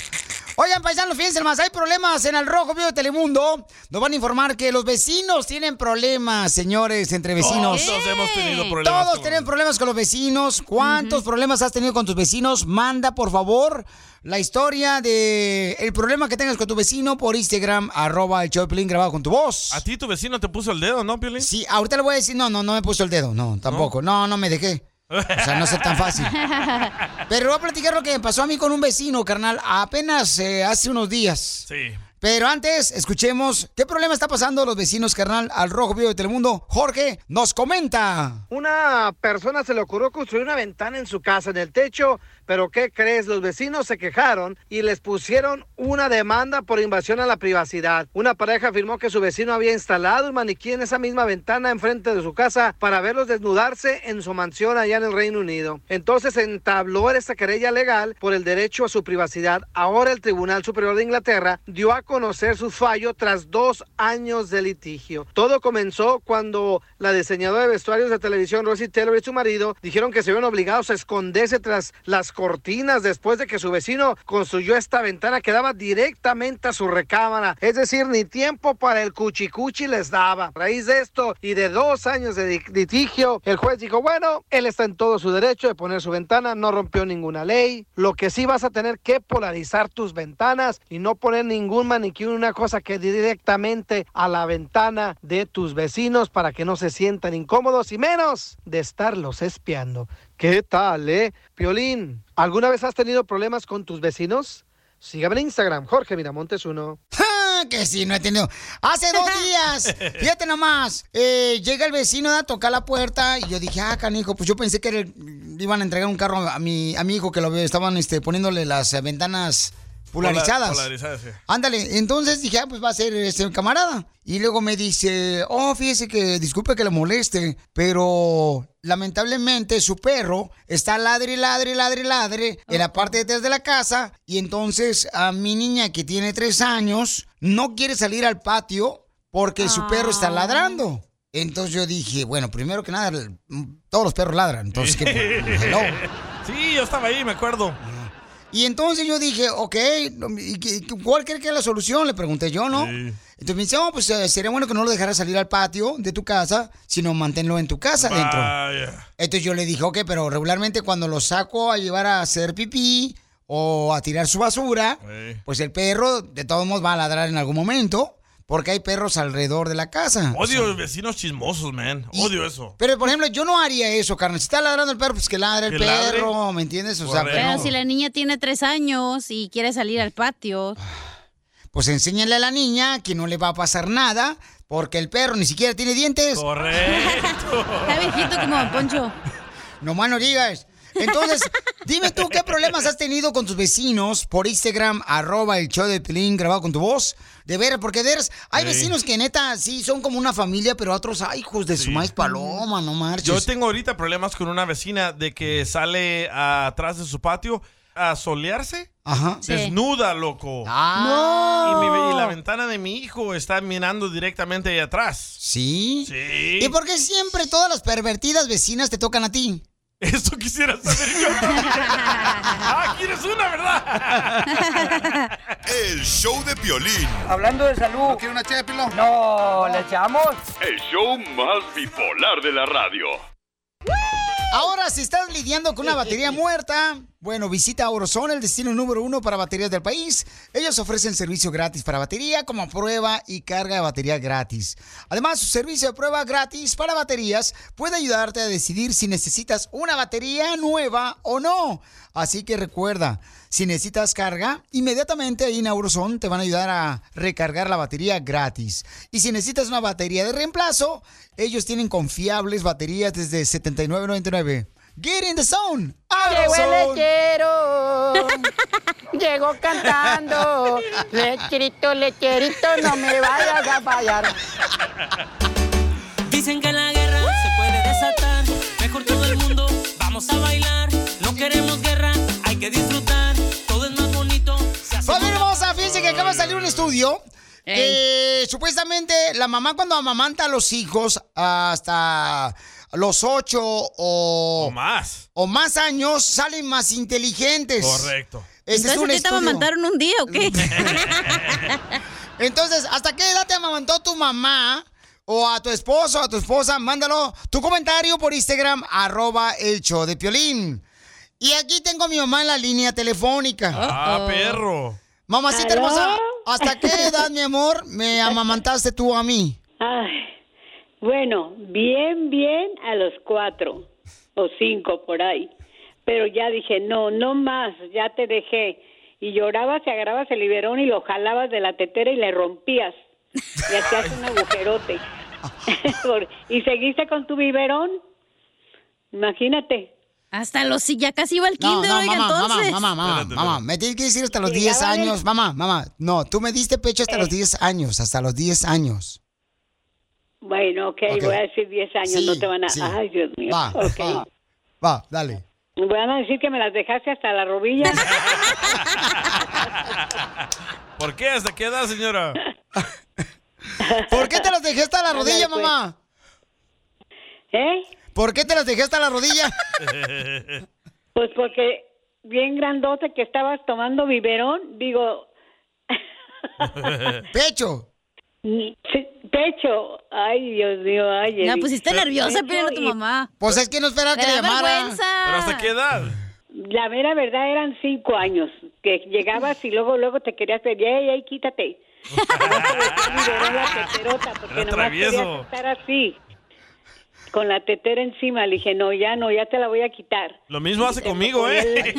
S3: Oigan, paisanos, fíjense más, hay problemas en el Rojo Vivo de Telemundo. Nos van a informar que los vecinos tienen problemas, señores, entre vecinos.
S1: Oh, Todos hemos tenido problemas
S3: Todos
S1: con-
S3: tienen problemas con los vecinos. ¿Cuántos problemas has tenido con tus vecinos? Manda, por favor, la historia de el problema que tengas con tu vecino por Instagram, arroba el show de Piolín, grabado con tu voz.
S1: A ti tu vecino te puso el dedo, ¿no, Piolín?
S3: Sí, ahorita le voy a decir, no, no, no me puso el dedo, no, tampoco. No, no, me dejé. O sea, no es tan
S1: (laughs)
S3: fácil. Pero voy a platicar lo que me pasó a mí con un vecino, carnal, apenas eh, hace unos días.
S1: Sí.
S3: Pero antes, escuchemos qué problema está pasando los vecinos, carnal, al Rojo Vivo de Telemundo. Jorge nos comenta.
S5: Una persona se le ocurrió construir una ventana en su casa, en el techo, pero ¿qué crees? Los vecinos se quejaron y les pusieron una demanda por invasión a la privacidad. Una pareja afirmó que su vecino había instalado un maniquí en esa misma ventana enfrente de su casa para verlos desnudarse en su mansión allá en el Reino Unido. Entonces entabló esta querella legal por el derecho a su privacidad. Ahora el Tribunal Superior de Inglaterra dio a conocer su fallo tras dos años de litigio. Todo comenzó cuando la diseñadora de vestuarios de televisión Rosie Taylor y su marido dijeron que se vieron obligados a esconderse tras las cortinas después de que su vecino construyó esta ventana que daba directamente a su recámara. Es decir, ni tiempo para el cuchicuchi les daba. A raíz de esto y de dos años de di- litigio, el juez dijo, bueno, él está en todo su derecho de poner su ventana, no rompió ninguna ley. Lo que sí vas a tener que polarizar tus ventanas y no poner ningún maniquí, una cosa que directamente a la ventana de tus vecinos para que no se sientan incómodos y menos de estarlos espiando. ¿Qué tal, eh? Piolín, ¿alguna vez has tenido problemas con tus vecinos? Sígame en Instagram, Jorge Miramontes 1.
S3: ¡Ja! que sí, no he tenido. Hace dos días, fíjate nomás, eh, llega el vecino a tocar la puerta y yo dije, ah, canijo, pues yo pensé que era el- iban a entregar un carro a mi, a mi hijo que lo estaban este, poniéndole las eh, ventanas Polarizadas.
S1: Polarizadas, sí.
S3: Ándale, entonces dije, ah, pues va a ser este camarada. Y luego me dice, oh, fíjese que disculpe que le moleste, pero lamentablemente su perro está ladre, ladre, ladre, ladre en la parte de atrás de la casa. Y entonces a mi niña que tiene tres años no quiere salir al patio porque su perro está ladrando. Entonces yo dije, bueno, primero que nada, el- todos los perros ladran. Entonces, ¿qué?
S1: (laughs)
S3: Hello.
S1: Sí, yo estaba ahí, me acuerdo.
S3: Y entonces yo dije, ok, ¿y qué- ¿cuál cree que es la solución? Le pregunté yo, ¿no? Entonces me dice, oh, pues eh, sería bueno que no lo dejaras salir al patio de tu casa, sino manténlo en tu casa adentro.
S1: Vaya.
S3: Entonces yo le dije, ok, pero regularmente cuando lo saco a llevar a hacer pipí o a tirar su basura,
S1: Sí.
S3: pues el perro de todos modos va a ladrar en algún momento, porque hay perros alrededor de la casa. O
S1: Odio los vecinos chismosos, man. Odio eso.
S3: pero, por ejemplo, yo no haría eso, carnal. Si está ladrando el perro, pues que ladre el
S1: Que ladre.
S3: perro, ¿me entiendes? O sea,
S1: Correcto.
S3: pero
S4: Pero
S3: no.
S4: si la niña tiene tres años y quiere salir al patio,
S3: pues enséñale a la niña que no le va a pasar nada, porque el perro ni siquiera tiene dientes.
S1: Correcto.
S3: (laughs) Está viejito como Don Poncho. Nomás no digas. Entonces, dime tú qué problemas has tenido con tus vecinos por Instagram, arroba el show de Pilín grabado con tu voz. De veras, porque de veras, hay
S1: Sí.
S3: vecinos que neta sí son como una familia, pero otros, ay, hijos de su maíz paloma, no marches.
S1: Yo tengo ahorita problemas con una vecina de que sale atrás de su patio a solearse.
S3: Ajá.
S4: Sí.
S1: Desnuda, loco.
S3: Ah. No.
S1: Y, mi- y la ventana de mi hijo está mirando directamente ahí atrás.
S3: ¿Sí?
S1: Sí.
S3: ¿Y por qué siempre todas las pervertidas vecinas te tocan a ti?
S1: Eso quisiera saber yo.
S3: (laughs)
S1: ah, quieres una, ¿verdad?
S18: El show de Piolín.
S14: Hablando de salud. ¿No quiere una ché, No, ¿le echamos?
S10: El show más bipolar de la radio.
S3: Ahora, si estás lidiando con una batería muerta, bueno, visita Orozone, el destino número uno para baterías del país. Ellos ofrecen servicio gratis para batería, como prueba y carga de batería gratis. Además, su servicio de prueba gratis para baterías puede ayudarte a decidir si necesitas una batería nueva o no. Así que recuerda, si necesitas carga, inmediatamente ahí en Auroson te van a ayudar a recargar la batería gratis. Y si necesitas una batería de reemplazo, ellos tienen confiables baterías desde $79.99. Get in the zone.
S19: Llegó el
S3: Auroson. (laughs)
S19: lechero, llegó cantando, lecherito, lecherito, no me vayas a fallar.
S9: (laughs) Dicen que la guerra se puede desatar. Mejor todo el mundo, vamos a bailar. No queremos guerra, hay que disfrutar. Todo es más bonito. Se hace
S3: Familia hermosa, fíjense que acaba de salir un estudio. que supuestamente la mamá cuando amamanta a los hijos hasta los ocho o,
S1: más
S3: o más años salen más inteligentes.
S1: Correcto.
S3: Ese es
S4: ¿Entonces
S3: un
S4: qué te
S3: estudio.
S4: amamantaron un día o qué?
S3: (laughs) Entonces, ¿hasta qué edad te amamantó tu mamá? O a tu esposo, a tu esposa, mándalo tu comentario por Instagram, arroba el show de Piolín. Y aquí tengo a mi mamá en la línea telefónica.
S1: Ah, perro.
S3: Mamacita
S1: ¿Aló?
S3: hermosa, ¿hasta qué edad, mi amor, me amamantaste tú a mí?
S16: Ay, bueno, bien, bien a los cuatro o cinco por ahí. Pero ya dije, no, no más, ya te dejé. Y llorabas y agarrabas el liberón y lo jalabas de la tetera y le rompías. Y hacías un agujerote. (laughs) Por- y seguiste con tu biberón. Imagínate.
S4: Hasta los si ya casi iba al kinder, oiga,
S3: mamá,
S4: entonces.
S3: mamá, mamá, mamá, me tienes que decir hasta los
S4: Llegaba
S3: 10
S4: del-
S3: años. Mamá, mamá, no, tú me diste pecho hasta los 10 años, hasta los 10 años.
S16: Bueno, ok,
S3: Ok.
S16: voy a decir 10 años,
S3: Sí,
S16: no te van a...
S3: sí.
S16: Ay, Dios mío.
S3: Va,
S16: ok.
S3: va, va, dale.
S16: Van a decir que me las dejaste hasta
S3: (laughs)
S16: la rodilla.
S3: Ah,
S1: (laughs) ¿Por qué? ¿Hasta qué edad, señora?
S3: ¿Por qué te las dejé hasta la rodilla,
S1: Ándale, pues.
S3: mamá?
S16: ¿Eh?
S3: ¿Por qué te las dejé hasta la rodilla?
S16: Pues porque bien grandote que estabas tomando biberón,
S4: (laughs)
S16: digo,
S3: Pecho.
S16: sí, pecho. Ay, Dios mío, ay.
S4: Ya
S16: Eli.
S4: pusiste nerviosa,
S16: Pecho
S4: pero a tu
S16: y-
S4: mamá.
S3: Pues es que no esperaba
S4: Me que da le llamara. vergüenza. ¿Pero hasta qué
S1: edad?
S16: La mera verdad eran cinco años, que llegabas y luego, luego te querías pedir, ey, ey, quítate. biberón la teterota,
S1: (laughs)
S16: porque
S1: Era
S16: nomás querías (laughs)
S1: travieso.
S16: estar así, con la tetera encima. Le dije, no, ya no, ya te la voy a quitar.
S1: Lo mismo hace conmigo, ¿eh?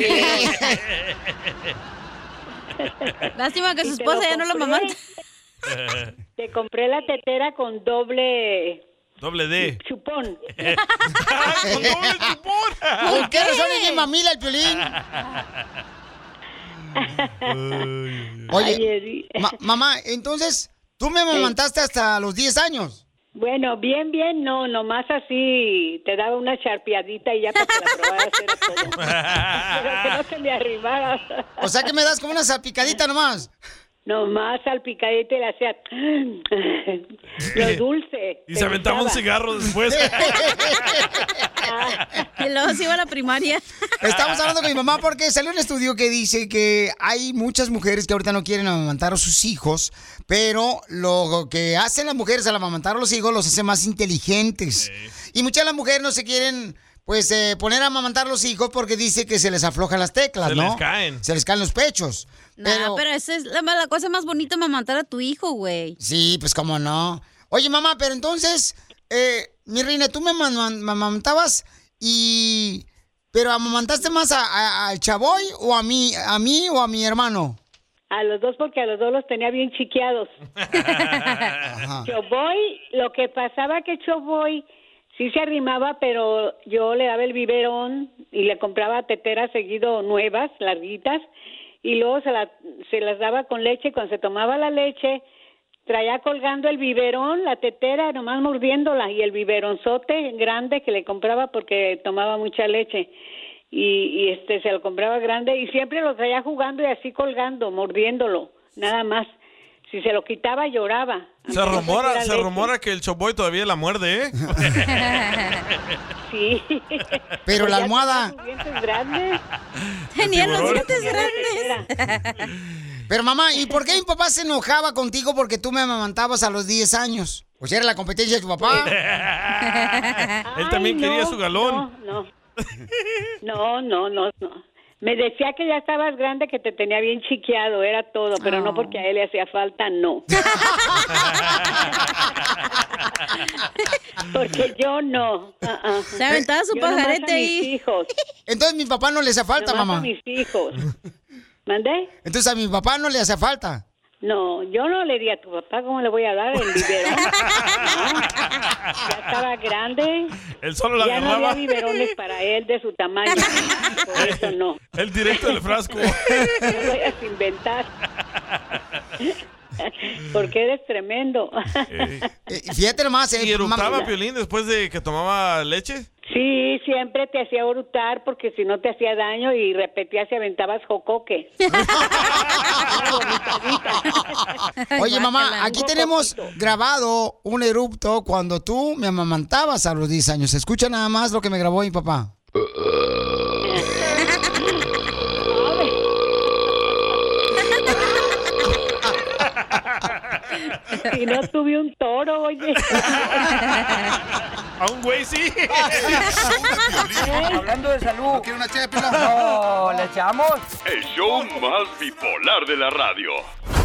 S4: Lástima que
S16: Y
S4: su
S16: te lo
S4: esposa ya no lo
S16: compré.
S4: mamanta.
S16: Te compré la tetera con doble
S1: Doble D.
S16: chupón.
S1: ¿Con
S3: qué razón es mi mamila el Piolín? Oye, ma- mamá, entonces, tú me amamantaste hasta los 10 años.
S16: Bueno, bien, bien, no, nomás así te daba una charpeadita y ya para que la probaras era todo.
S3: (laughs)
S16: Pero que no se le arrimara.
S3: O sea que me das como una
S16: (laughs)
S3: salpicadita nomás.
S16: Nomás salpicadita y la hacía lo dulce.
S1: Y se aventaba un cigarro después.
S4: Y luego se iba a la primaria.
S3: (laughs) Estamos hablando con mi mamá porque salió un estudio que dice que hay muchas mujeres que ahorita no quieren amamantar a sus hijos, pero lo que hacen las mujeres al amamantar a los hijos los hace más inteligentes. Y muchas de las mujeres no se quieren pues eh, poner a amamantar a los hijos porque dice que se les aflojan las teclas,
S1: Se
S3: ¿no?
S1: les caen.
S3: Se les caen los pechos.
S4: Nah, Ah, pero, esa es la, la cosa más bonita, mamantar a tu hijo, güey.
S3: Sí, pues cómo no. Oye, mamá, pero entonces, eh, mi reina, tú me man- man- me amamantabas y... ¿Pero amamantaste más a- a- al chavoy o a mí, a mí o a mi hermano?
S16: A los dos porque a los dos los tenía bien chiqueados. Choboy, lo que pasaba que Choboy sí se arrimaba, pero yo le daba el biberón y le compraba teteras seguido nuevas, larguitas, y luego se, la- se las daba con leche. y Cuando se tomaba la leche, traía colgando el biberón, la tetera, nomás mordiéndola, y el biberonzote grande que le compraba porque tomaba mucha leche. Y, y, este se lo compraba grande y siempre lo traía jugando y así colgando, mordiéndolo, nada más. Si se lo quitaba lloraba.
S1: Se rumora,
S16: Era
S1: se
S16: leche.
S1: rumora que el Choboy todavía la muerde,
S16: (laughs)
S1: ¿eh?
S3: (laughs)
S16: Sí. Pues
S1: Pero la
S16: Ya
S1: almohada.
S16: tenía sus dientes grandes.
S3: Tenía
S1: los tiburón.
S3: dientes grandes. (laughs) Pero mamá, ¿y por qué mi papá se enojaba contigo porque tú me amamantabas a los 10 años? O sea, era la competencia de tu (laughs) papá.
S1: Él también
S16: Ay,
S1: quería
S16: no,
S1: su galón.
S16: No, no, no, no, no. Me decía que ya estabas grande, que te tenía bien chiqueado, era todo, pero no porque a él le hacía falta, no. porque Pues, yo no. ah-ah.
S4: Se aventaba su
S16: Yo nomás a
S4: pajarete
S16: mis
S4: ahí.
S16: hijos.
S3: Entonces mi papá no le hace falta,
S16: Nomás a
S3: mamá.
S16: mis hijos. ¿Mandé?
S3: Entonces a mi papá no le hace falta.
S16: No, yo no le di a tu papá cómo le voy a dar el biberón. No. Ya estaba grande.
S1: (laughs) Él solo la
S16: ya no
S1: agarraba.
S16: había biberones para él de su tamaño. Por eso no.
S1: (laughs) Él directo del frasco.
S3: Eh,
S16: No vayas
S1: (laughs)
S16: a inventar. Porque eres tremendo.
S3: Fíjate nomás. eh,
S1: ¿Y eructaba Piolín después de que tomaba leche?
S16: Sí, siempre te hacía brutar porque si no te hacía daño y repetías y aventabas jocoque.
S3: (laughs) Oye, mamá, aquí tenemos grabado un erupto cuando tú me amamantabas a los 10 años. Escucha nada más lo que me grabó mi papá.
S16: Si no tuve un toro,
S20: (laughs)
S16: oye.
S1: A un güey sí.
S9: Hablando de salud. ¿No una No, ¿le echamos?
S10: El show más bipolar de la radio.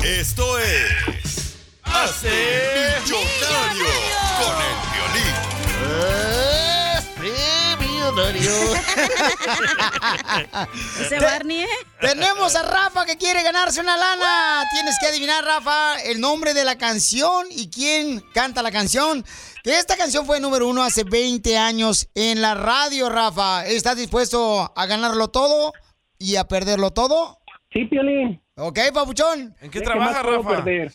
S8: Esto
S9: (laughs)
S8: es. Hazte Millonario
S3: con el violín.
S4: Ese
S3: Te-
S4: Barney, ¿eh?
S3: Tenemos a Rafa que quiere ganarse una lana. Tienes que adivinar, Rafa, el nombre de la canción y quién canta la canción. Que esta canción fue número uno hace 20 años en la radio, Rafa. ¿Estás dispuesto a ganarlo todo y a perderlo todo?
S9: Sí, Piolín.
S3: Ok, papuchón.
S1: ¿En
S9: qué ¿De qué trabaja, más puedo Rafa? perder?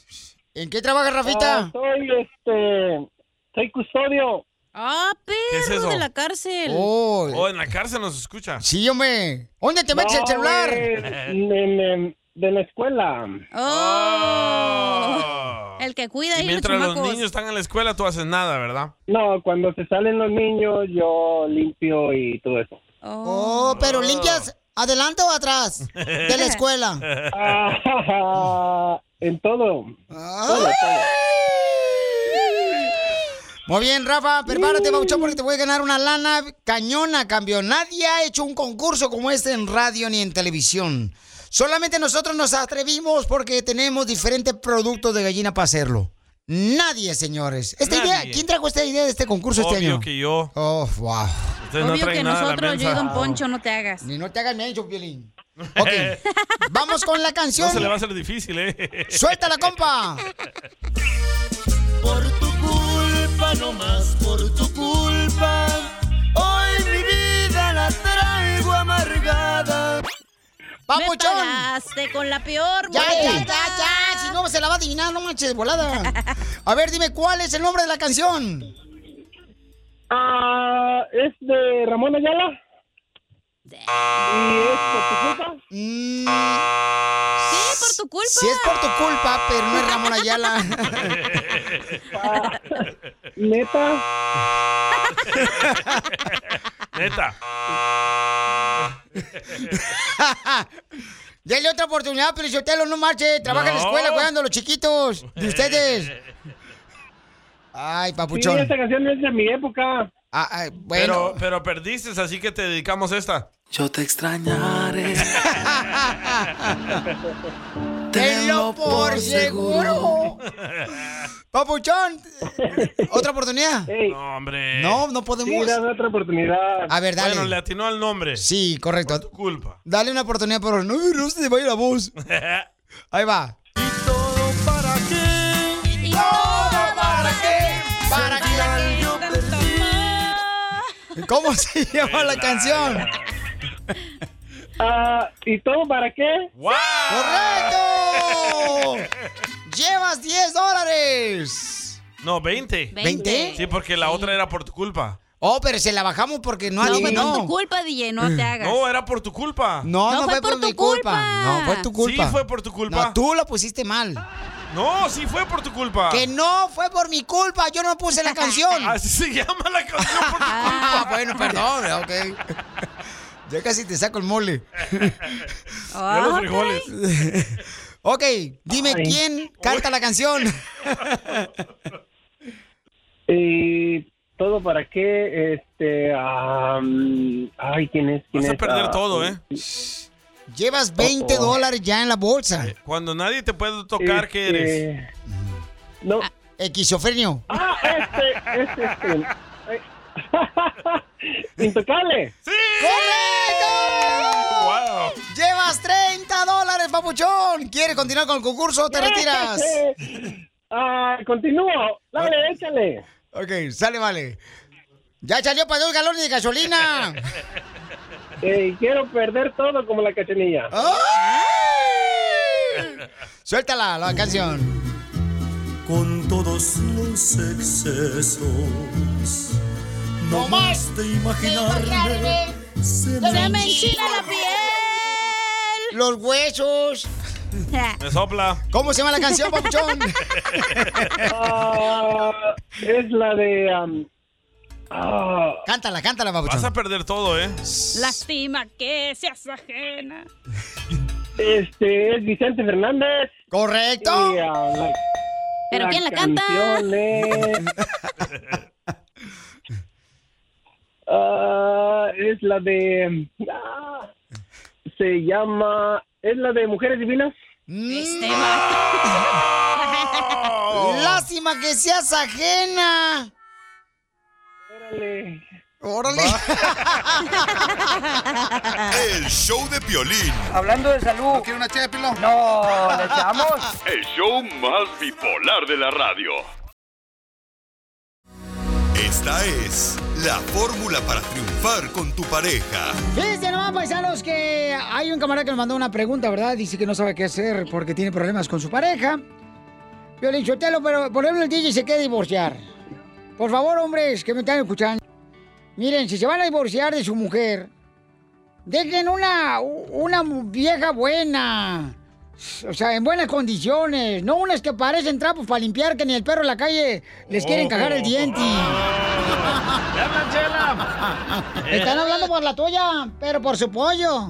S3: ¿En qué trabaja, Rafita?
S9: Ah, soy, este, soy custodio.
S4: Ah,
S1: ¿Qué es
S4: perro
S1: eso?
S4: de la cárcel.
S1: Oh, en la cárcel nos escucha.
S3: Sí, hombre. ¿Dónde te metes el celular?
S9: de la
S1: (laughs)
S9: escuela.
S4: Oh. El que cuida
S1: Ah. Y
S4: ahí los
S1: mientras los
S4: chamacos.
S1: niños están en la escuela, tú haces nada,
S4: (laughs)
S1: ¿verdad?
S9: No, cuando se salen los niños, yo limpio y todo eso.
S3: Oh, pero limpias adelante o atrás
S4: (laughs)
S3: de la escuela.
S9: Ah, en todo. Todo, todo.
S3: Muy bien, Rafa, prepárate, Bauchón, porque te voy a ganar una lana cañona, cambio. Nadie ha hecho un concurso como este en radio ni en televisión. Solamente nosotros nos atrevimos porque tenemos diferentes productos de gallina para hacerlo. Nadie, señores. Esta
S1: Nadie.
S3: idea, ¿quién trajo esta idea de este concurso
S1: Obvio
S3: este año?
S1: que yo.
S3: Oh, wow.
S1: Ustedes no
S4: Obvio
S1: traen
S4: que
S1: nada a la
S4: nosotros, yo y
S1: mensa.
S4: Don Poncho, no te hagas.
S3: Ni no te hagas menso,
S1: (laughs)
S3: Violín. Vamos con la
S1: No
S3: canción.
S1: se le va a hacer difícil, ¿eh?
S4: (laughs)
S3: Suéltala, compa.
S21: culpa, no más por tu culpa. Hoy mi vida la traigo amargada.
S3: ¡Papuchón!
S4: Me pagaste con la peor,
S3: Ya, ya,
S4: moneda.
S3: ya, ya. Si no, se la va a adivinar, no manches, volada. A ver, dime, ¿cuál es el nombre de la canción?
S9: Ah, es de Ramón Ayala.
S3: ¿Y es por tu culpa? Sí, por tu culpa. Sí, es por tu culpa, pero no es Ramón Ayala.
S9: (laughs)
S3: (laughs)
S9: Neta.
S1: Neta.
S3: Dale otra oportunidad, pero Sotelo, no marche. Trabaja en la
S9: No.
S3: escuela cuidando a los chiquitos de ustedes. (laughs) Ay, papuchón.
S9: Sí, esta canción es de mi época.
S3: Ah,
S1: pero, pero perdiste, así que te dedicamos esta.
S9: Yo te extrañaré. (laughs)
S3: Tenlo (laughs) por seguro. (laughs) Papuchón, ¿otra oportunidad?
S1: No, hombre.
S3: No, no podemos.
S9: otra oportunidad.
S3: A ver, dale.
S1: Bueno, le atinó al nombre.
S3: Sí, correcto.
S1: tu culpa.
S3: Dale una oportunidad, por favor. No, no se te vaya la voz. Ahí va.
S21: ¿Para qué? ¿Y todo para qué? ¿Para qué? Yo perdí.
S3: ¿Cómo (laughs) se llama la canción?
S9: (laughs) Ah, ¿Y todo para qué?
S3: ¡Correcto! ¡Llevas 10 dólares!
S1: No, 20.
S3: ¿Veinte?
S1: Sí, porque la otra era por tu culpa.
S3: Oh, pero se la bajamos porque no,
S4: No, fue por tu
S3: adivinó.
S4: culpa, DJ, no te hagas.
S1: No, Oh, era por tu culpa.
S3: No, no, fue, por, mi culpa. No, fue tu culpa.
S1: Sí, fue por tu culpa.
S3: No, tú la pusiste mal.
S1: No, sí fue por tu culpa.
S3: Que no fue por mi culpa, yo no puse la
S1: (laughs)
S3: canción.
S1: Así se llama la canción por tu culpa.
S3: Ah, (laughs) bueno, perdón,
S1: (laughs)
S3: ok. Ya casi te saco el
S9: (laughs)
S3: mole.
S1: Ya los frijoles.
S3: Ok, (laughs) dime
S9: Ay.
S3: quién canta la canción.
S9: ¿Y todo para qué? Este. am, ay, ¿quién es? ¿Quién
S1: Vas a
S9: es?
S1: perder
S9: Ah,
S1: todo, ¿eh?
S3: Llevas 20
S9: Oh, Eh, oh.
S3: dólares ya en la bolsa.
S1: Cuando nadie te puede tocar, ¿qué
S3: Este,
S1: eres?
S9: No.
S3: Equisofrenio.
S9: Ah, este, este, este. Ay. Intocable.
S3: ¡Correcto! Llevas 30 dólares, papuchón. ¿Quieres continuar con el concurso o te
S9: (laughs)
S3: retiras? Ah.
S9: Ah, continúo. Dale, échale.
S3: Ok, sale, vale. Ya salió para dos galones de gasolina.
S9: (laughs)
S3: (laughs)
S9: Eh, quiero perder todo como la cachanilla.
S3: Ah. Suéltala la canción.
S21: (laughs) Con todos los excesos. No más de imaginarme.
S3: Se
S21: me enchina
S3: la piel. Los (laughs) huesos.
S1: Me sopla.
S3: ¿Cómo se llama la canción, papuchón?
S9: (laughs) Ah, es la de. am, um, ah,
S3: Cántala, cántala,
S1: Vas a perder todo, ¿eh?
S4: Lástima que seas ajena.
S9: este es Vicente Fernández.
S3: Correcto.
S9: Y, ah, la-
S4: ¿Pero quién la canta?
S9: canción es- (laughs) Ah, es la de. ah, se llama. ¿Es la de Mujeres Divinas?
S3: (laughs)
S4: Este
S3: Lástima que seas ajena.
S9: Órale.
S3: Órale.
S8: El show de Piolín.
S14: Hablando de salud. ¿No quiere una ché de pilón? No, ¿le echamos?
S10: El show más bipolar de la radio.
S8: Esta es la fórmula para triunfar con tu pareja.
S3: Fíjense nomás, paisanos, que hay un camarada que nos mandó una pregunta, ¿verdad? Dice que no sabe qué hacer porque tiene problemas con su pareja. Violín Chotelo, pero por ejemplo el DJ se quiere divorciar. Por favor, hombres que me están escuchando. Miren, si se van a divorciar de su mujer, dejen una, una vieja buena. O sea, en buenas condiciones. No unas que parecen trapos para limpiar que ni el perro en la calle les quieren cagar el diente. Están hablando por la tuya, pero por su pollo.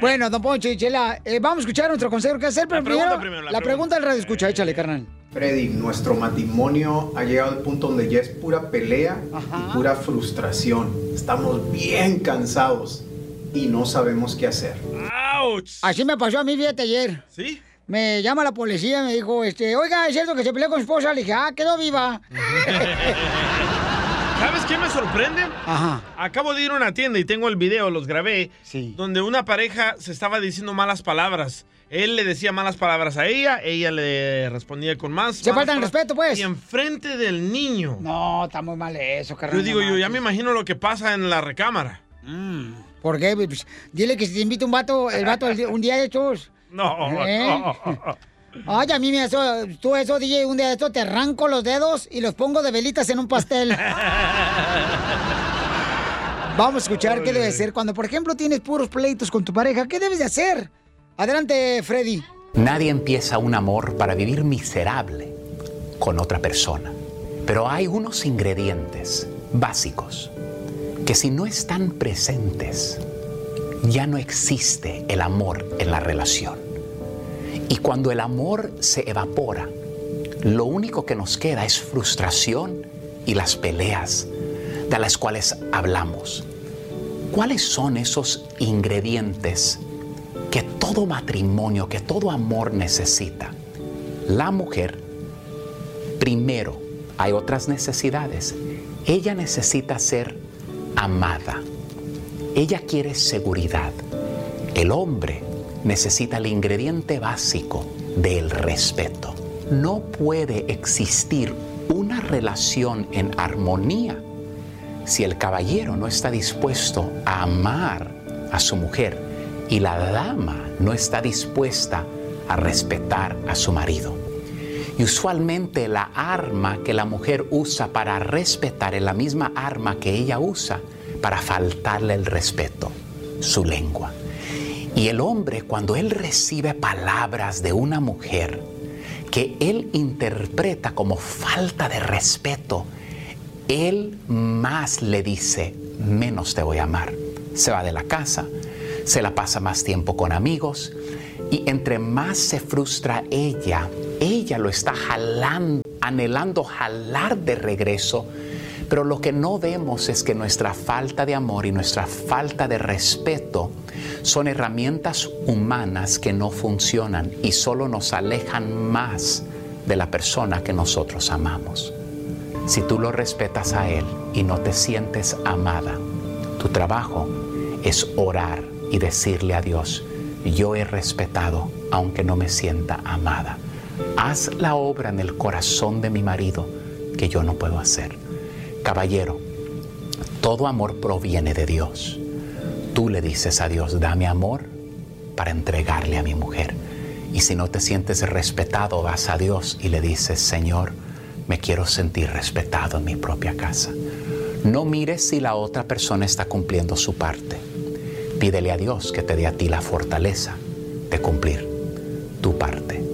S3: Bueno, don Poncho y Chela, eh, vamos a escuchar nuestro consejo que hacer, pero
S22: pregunta
S3: primero,
S22: primero,
S3: la,
S22: la
S3: pregunta Eh, del radio escucha, échale, carnal.
S22: Freddy, nuestro matrimonio ha llegado al punto donde ya es pura pelea y pura frustración. Estamos bien cansados y no sabemos qué hacer.
S1: Ah,
S3: Así me pasó a mí, fíjate, ayer.
S1: ¿Sí?
S3: Me llama la policía, me dijo, este, oiga, ¿es cierto que se peleó con su esposa? Le dije, ah, quedó viva.
S1: ¿Sabes qué me sorprende?
S3: Ajá.
S1: Acabo de ir a una tienda y tengo el video, los grabé, donde una pareja se estaba diciendo malas palabras. Él le decía malas palabras a ella, ella le respondía con más.
S3: Se
S1: malas
S3: faltan el
S1: palabras.
S3: respeto, pues.
S1: Y enfrente del niño.
S3: No, está muy mal eso, carnal.
S1: Yo digo,
S3: no
S1: yo ya me imagino lo que pasa en la recámara.
S3: ¿Por qué? Pues, dile que si te invita un vato, el vato al di- un día de estos.
S1: No,
S3: ¿Eh?
S1: no.
S3: Ay, a mí me eso, tú eso, DJ, un día de estos te arranco los dedos y los pongo de velitas en un pastel. Vamos a escuchar qué debe hacer cuando, por ejemplo, tienes puros pleitos con tu pareja. ¿Qué debes de hacer? Adelante, Freddy.
S19: Nadie empieza un amor para vivir miserable con otra persona. Pero hay unos ingredientes básicos que si no están presentes, ya no existe el amor en la relación. Y cuando el amor se evapora, lo único que nos queda es frustración y las peleas de las cuales hablamos. ¿Cuáles son esos ingredientes que todo matrimonio, que todo amor necesita? La mujer, primero, hay otras necesidades. Ella necesita ser amada. Ella quiere seguridad. El hombre necesita el ingrediente básico del respeto. No puede existir una relación en armonía si el caballero no está dispuesto a amar a su mujer y la dama no está dispuesta a respetar a su marido. Y usualmente la arma que la mujer usa para respetar es la misma arma que ella usa para faltarle el respeto, su lengua. Y el hombre cuando él recibe palabras de una mujer que él interpreta como falta de respeto, él más le dice, menos te voy a amar. Se va de la casa, se la pasa más tiempo con amigos y entre más se frustra ella, ella lo está jalando, anhelando jalar de regreso. Pero lo que no vemos es que nuestra falta de amor y nuestra falta de respeto son herramientas humanas que no funcionan y solo nos alejan más de la persona que nosotros amamos. Si tú lo respetas a Él y no te sientes amada, tu trabajo es orar y decirle a Dios, yo he respetado aunque no me sienta amada. Haz la obra en el corazón de mi marido que yo no puedo hacer. Caballero, todo amor proviene de Dios. Tú le dices a Dios, dame amor para entregarle a mi mujer. Y si no te sientes respetado, vas a Dios y le dices, Señor, me quiero sentir respetado en mi propia casa. No mires si la otra persona está cumpliendo su parte. Pídele a Dios que te dé a ti la fortaleza de cumplir tu parte.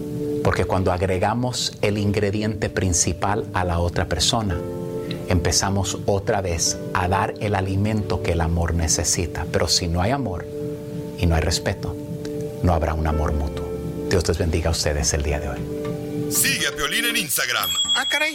S19: Porque cuando agregamos el ingrediente principal a la otra persona, empezamos otra vez a dar el alimento que el amor necesita. Pero si no hay amor y no hay respeto, no habrá un amor mutuo. Dios les bendiga a ustedes el día de hoy.
S8: Sigue a Violín en Instagram,
S9: Ah, caray.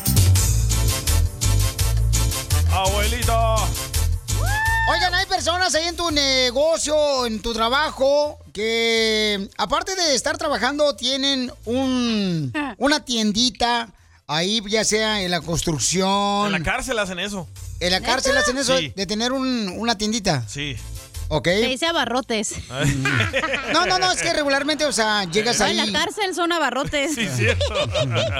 S1: Abuelito.
S3: Oigan, hay personas ahí en tu negocio, en tu trabajo, que aparte de estar trabajando, tienen
S1: (laughs)
S3: un, una tiendita ahí, ya sea en la construcción.
S1: En la cárcel hacen eso.
S3: En la cárcel hacen eso
S1: Sí.
S3: de tener un- una tiendita.
S1: Sí.
S3: ¿Ok?
S4: Se dice abarrotes.
S3: No, no, no, es que regularmente, o sea, llegas
S4: No,
S3: ahí.
S4: En la cárcel son abarrotes.
S1: (laughs) Sí, cierto.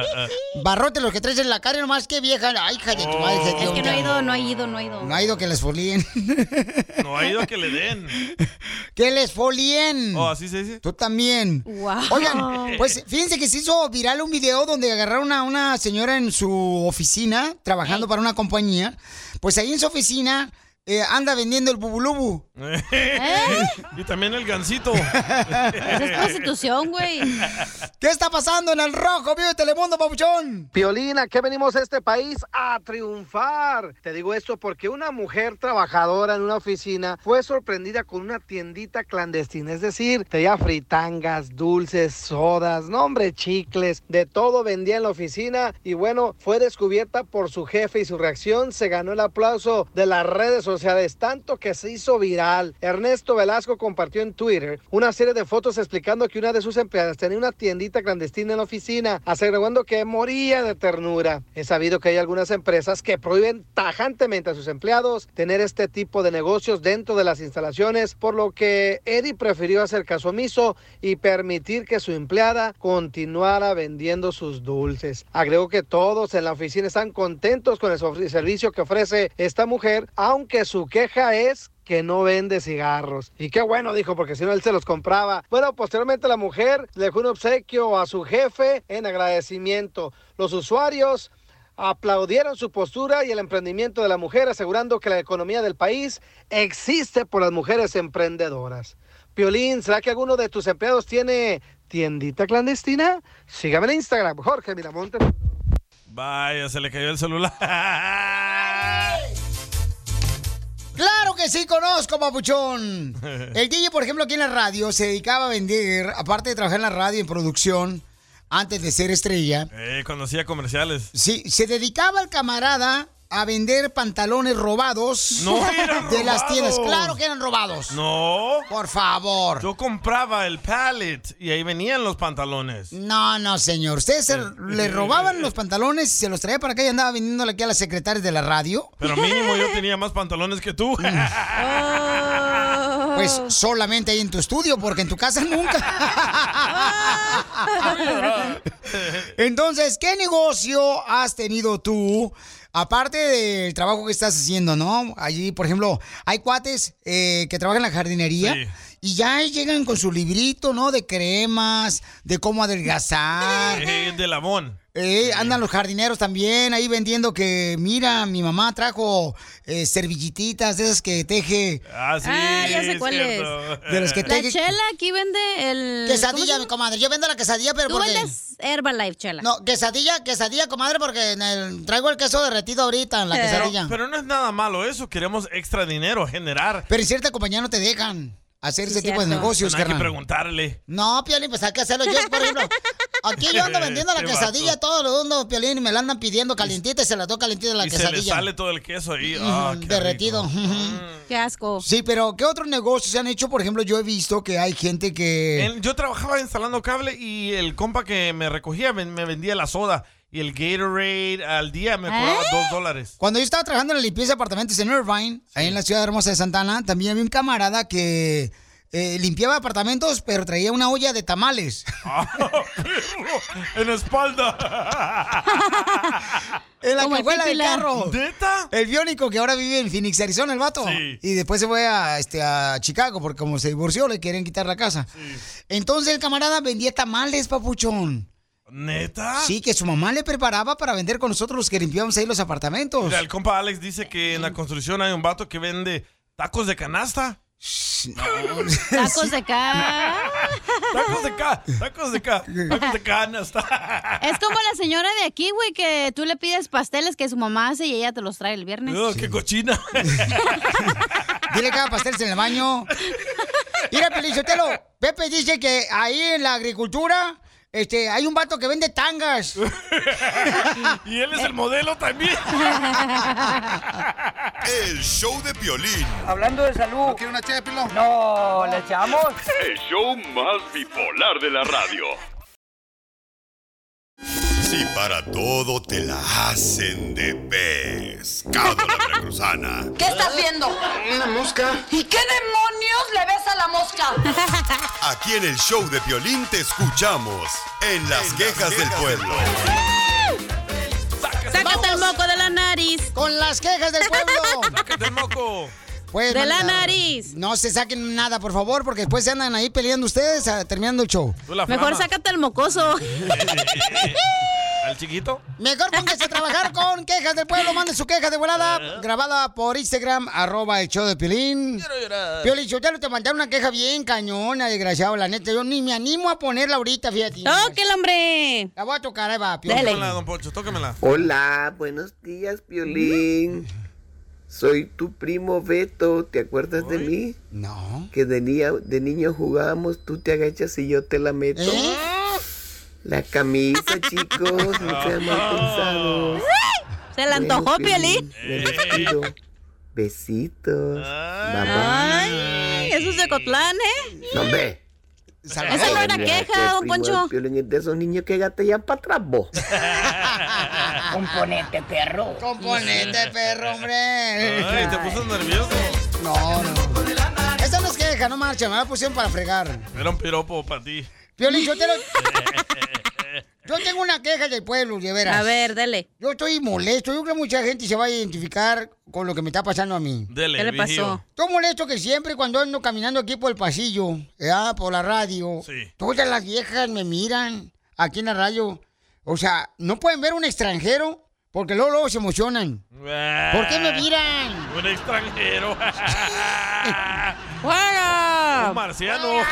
S4: (laughs)
S3: Barrote los que traes en la cara y nomás que vieja. Ay, hija de tu madre.
S4: Es que no ha ido, no ha ido, no ha ido.
S3: No ha ido que les folíen.
S1: No ha ido a que le den.
S3: ¡Que les folien!
S1: Oh, ¿así se dice?
S3: Tú también.
S4: Guau.
S3: Oigan, pues fíjense que se hizo viral un video donde agarraron a una señora en su oficina, trabajando para una compañía. Pues ahí en su oficina eh, anda vendiendo el bubulubu.
S1: (laughs) Y también el gancito.
S4: Es prostitución, güey.
S3: ¿Qué está pasando en el rojo, vivo de Telemundo, papuchón?
S5: Piolina, que venimos a este país a triunfar. Te digo esto porque una mujer trabajadora en una oficina fue sorprendida con una tiendita clandestina. Es decir, tenía fritangas, dulces, sodas, nombre, chicles, de todo vendía en la oficina. Y bueno, fue descubierta por su jefe y su reacción se ganó el aplauso de las redes sociales sociales, tanto que se hizo viral. Ernesto Velasco compartió en Twitter una serie de fotos explicando que una de sus empleadas tenía una tiendita clandestina en la oficina, asegurando que moría de ternura. Es sabido que hay algunas empresas que prohíben tajantemente a sus empleados tener este tipo de negocios dentro de las instalaciones, por lo que Eddie prefirió hacer caso omiso y permitir que su empleada continuara vendiendo sus dulces. Agregó que todos en la oficina están contentos con el sof- servicio que ofrece esta mujer, aunque su queja es que no vende cigarros. Y qué bueno, dijo, porque si no él se los compraba. Bueno, posteriormente la mujer le dejó un obsequio a su jefe en agradecimiento. Los usuarios aplaudieron su postura y el emprendimiento de la mujer, asegurando que la economía del país existe por las mujeres emprendedoras. Piolín, ¿será que alguno de tus empleados tiene tiendita clandestina? Sígame en Instagram, Jorge Miramonte.
S1: (laughs) Vaya, se le cayó el celular. (laughs)
S3: Claro que sí conozco,
S1: (laughs)
S3: papuchón. El DJ, por ejemplo, aquí en la radio se dedicaba a vender, aparte de trabajar en la radio en producción, antes de ser estrella,
S1: Eh, conocía comerciales.
S3: sí, se dedicaba el camarada a vender pantalones robados
S1: (laughs)
S3: (laughs)
S1: No eran
S3: de las tiendas.
S1: robados.
S3: Claro que eran robados.
S1: No.
S3: Por favor.
S1: Yo compraba el pallet y ahí venían los pantalones.
S3: No, no, señor. Ustedes
S1: Eh,
S3: se- le robaban los pantalones y se los traía para acá y andaba vendiéndole aquí a las secretarias de la radio.
S1: Pero mínimo yo tenía más pantalones que tú.
S3: (laughs)
S1: Eh,
S3: Pues solamente ahí en tu estudio, porque en tu casa
S4: Ah.
S1: (laughs)
S3: nunca. (laughs) Entonces, ¿qué negocio has tenido tú? Aparte del trabajo que estás haciendo, ¿no? Allí, por ejemplo, hay cuates eh, que trabajan en la jardinería y ya llegan con su librito, ¿no? De cremas, de cómo adelgazar.
S1: Eh, de Lamón.
S3: Eh, andan los jardineros también ahí vendiendo que, mira, mi mamá trajo eh, servilletitas de esas que teje.
S1: Ah, sí,
S4: Ah, ya sé cuál
S1: es.
S3: De las que
S4: La
S3: teje.
S4: chela aquí vende el... ¿cómo se
S3: Quesadilla,
S4: llama?
S3: mi comadre. Yo vendo la quesadilla, pero
S4: Tú
S3: porque...
S4: vendes Herbalife, chela.
S3: No, quesadilla, quesadilla, comadre, porque en el- traigo el queso derretido ahorita en la quesadilla.
S1: Pero, pero no es nada malo eso, queremos extra dinero, generar.
S3: Pero en cierta compañía no te dejan hacer ese tipo de negocios,
S1: No hay que
S3: carnal.
S1: preguntarle.
S3: No, Piolín, pues hay que hacerlo. Yo, por
S1: (laughs)
S3: ejemplo, aquí yo ando vendiendo la
S1: Qué
S3: quesadilla todo el mundo, Piolín, y me la andan pidiendo calientita y se la doy calientita la
S1: y se le
S3: quesadilla.
S1: sale todo el queso ahí. Ah, qué
S3: derretido.
S4: Qué asco.
S3: Sí, pero ¿qué otros negocios se han hecho? Por ejemplo, yo he visto que hay gente que...
S1: En- yo trabajaba instalando cable y el compa que me recogía me, me vendía la soda y el Gatorade al día me cobraba
S3: ¿Eh?
S1: dos dólares.
S3: Cuando yo estaba trabajando en la limpieza de apartamentos en Irvine, ahí en la ciudad hermosa de Santana, también había un camarada que eh, limpiaba apartamentos, pero traía una olla de
S1: (laughs)
S3: tamales.
S1: Ah, en espalda.
S3: (laughs) en la
S9: Como el
S3: cajuela del
S9: Pipilar.
S3: carro. El biónico que ahora vive en Phoenix, Arizona, el vato.
S9: Sí.
S3: Y después se fue a, este, a Chicago, porque como se divorció, le quieren quitar la casa. Entonces el camarada vendía tamales, papuchón.
S1: ¿Neta?
S3: Sí, que su mamá le preparaba para vender con nosotros los que limpiábamos ahí los apartamentos.
S1: Mira, el compa Alex dice que en la construcción hay un vato que vende tacos de canasta.
S4: Tacos
S3: (laughs)
S4: de ca...
S1: (laughs) Tacos de ca, tacos de ca, tacos de canasta.
S3: (laughs)
S1: (laughs)
S4: Es como la señora de aquí, güey, que tú le pides pasteles que su mamá hace y ella te los trae el viernes.
S1: Oh, ¡Qué cochina!
S3: (laughs) Dile que haga pasteles en el baño. Mira, Pelichotelo, Pepe dice que ahí en la agricultura este, hay un vato que vende tangas.
S1: y él es el modelo
S8: (laughs)
S1: también.
S8: El show de Piolín.
S14: Hablando de salud. ¿No quiere una ché No, ¿le echamos?
S10: El show más bipolar de la radio.
S8: Si para todo te la hacen de pescado la veracruzana.
S11: ¿Qué estás viendo? Una mosca. ¿Y qué demonios le ves a la mosca?
S8: Aquí en el show de Piolín te escuchamos en las quejas del pueblo.
S4: ¡Sácate el moco de la nariz!
S3: ¡Con las quejas del pueblo!
S1: (laughs) ¡Sácate el moco!
S3: Pues,
S4: De la
S3: manda- No se saquen nada, por favor, porque después se andan ahí peleando ustedes ah, terminando el show.
S4: Mejor sácate el
S1: (laughs)
S4: mocoso.
S1: ¿Al chiquito?
S3: Mejor póngase a trabajar con quejas del pueblo. Mande su queja de volada, grabada por Instagram, arroba el show de Piolín. Piolín, yo te mandé una queja bien cañona, desgraciado, la neta. Yo ni me animo a ponerla ahorita, fíjate.
S4: el hombre!
S3: La voy a tocar, ahí va, Piolín.
S1: Tócamela,
S3: (laughs)
S1: don Poncho, tócamela.
S2: Hola, buenos días, Piolín. Soy tu primo Beto, ¿te acuerdas de mí?
S3: No.
S2: Que de, niña- de niño jugábamos, tú te agachas y yo te la meto.
S4: ¿Eh?
S2: La camisa,
S4: (laughs)
S2: chicos, no sean mal pensados.
S4: Se la antojó,
S2: Bueno,
S4: Piolín.
S2: me despido.
S13: Besitos.
S4: Ah. Ay, eso es de Cotlán, ¿eh?
S13: No, hombre.
S4: Esa no era queja, don Poncho.
S13: Es de esos niños que gatean para atrás,
S4: (laughs)
S13: vos.
S9: Componente, perro.
S3: Componente, Este perro, hombre.
S1: Ay, te puso nervioso.
S3: No, no. Esa no es queja, no marcha, me la pusieron para fregar.
S1: Era un piropo para ti.
S3: Piolín, yo te lo- Yo tengo una queja del pueblo, de veras.
S4: A ver, dele.
S3: Yo estoy molesto. Yo creo que mucha gente se va a identificar con lo que me está pasando a mí.
S1: Dele, ¿Qué le vigío. pasó?
S3: Estoy molesto que siempre cuando ando caminando aquí por el pasillo, ¿verdad? por la radio, todas las viejas me miran aquí en la radio. O sea, no pueden ver un extranjero porque luego, luego se emocionan.
S1: ¿Por
S3: qué me miran?
S1: Ah,
S3: (laughs)
S1: Un extranjero. Ah.
S3: ¡Fuera!
S1: Un marciano. (laughs)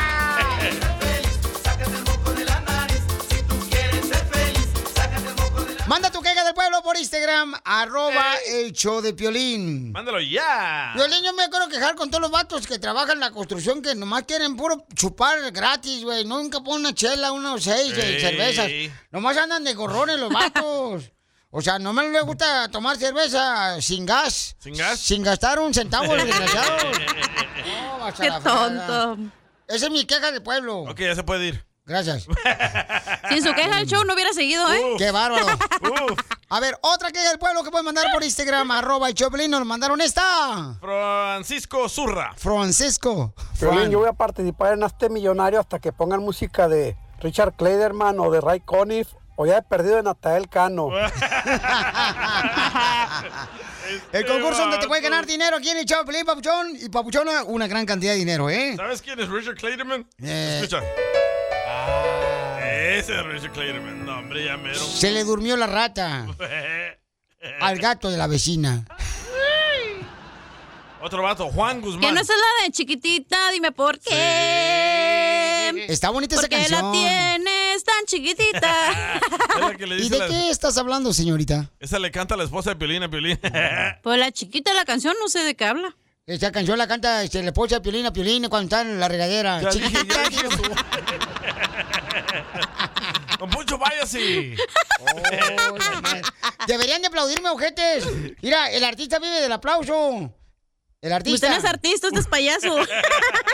S3: Manda tu queja del pueblo por Instagram, arroba el show de Piolín. (laughs)
S1: Mándalo ya.
S3: Violín, yo me quiero quejar con todos los vatos que trabajan en la construcción que nomás quieren puro chupar gratis, güey. Nunca ponen una chela, una o seis güey,
S9: Ey.
S3: cervezas. Nomás andan de gorrones los vatos. O sea, no me les gusta tomar cerveza sin gas. ¿Sin gas? Sin gastar un (laughs) centavo, los desgraciados. No, vas a
S4: (laughs) Qué
S3: la fregada.
S4: tonto.
S3: Esa es mi queja del pueblo.
S1: Ok, ya se puede ir.
S3: (laughs) Gracias.
S4: Sin su queja el show no hubiera seguido, ¿eh?
S3: Qué (laughs) bárbaro. A ver, otra queja del pueblo que pueden mandar por Instagram, arroba el Choplin. Nos mandaron esta. (laughs)
S1: Francisco Zurra.
S3: Francisco.
S5: Piolín, yo voy a participar en este millonario hasta que pongan música de Richard Clayderman o de Ray Conniff o ya he perdido de Natael Cano.
S3: (laughs) El concurso donde te puedes ganar
S1: Este
S3: dinero aquí en el Choplin, Papuchón. Y Papuchón, una gran cantidad de dinero, ¿eh?
S1: ¿Sabes quién es Richard Clayderman?
S3: Eh. Ah.
S1: Escucha. Ese es Richard Clayderman. No, hombre, ya mero.
S3: Se le durmió la rata al gato de la vecina.
S1: (laughs) Otro vato, Juan
S4: Que
S1: Guzmán.
S4: no es la de chiquitita, dime por qué.
S3: Está bonita esa
S4: ¿Por qué
S3: canción.
S4: la tienes tan
S1: (laughs)
S4: chiquitita?
S1: Es la que le
S3: ¿Y
S1: dice
S3: de
S1: la-
S3: qué estás hablando, señorita?
S1: Esa le canta a la esposa de Piolín a Piolín.
S4: pues la chiquita de la canción, no sé de qué habla.
S3: Esa canción la canta este, la esposa de Piolín a Piolín cuando está en la regadera.
S1: Ya
S3: Chiquitita,
S1: dije, ya dije su- Don Poncho, váyase.
S3: (laughs) Deberían de aplaudirme, ojetes. Mira, el artista vive del aplauso. El artista.
S4: Usted no es artista, usted es payaso.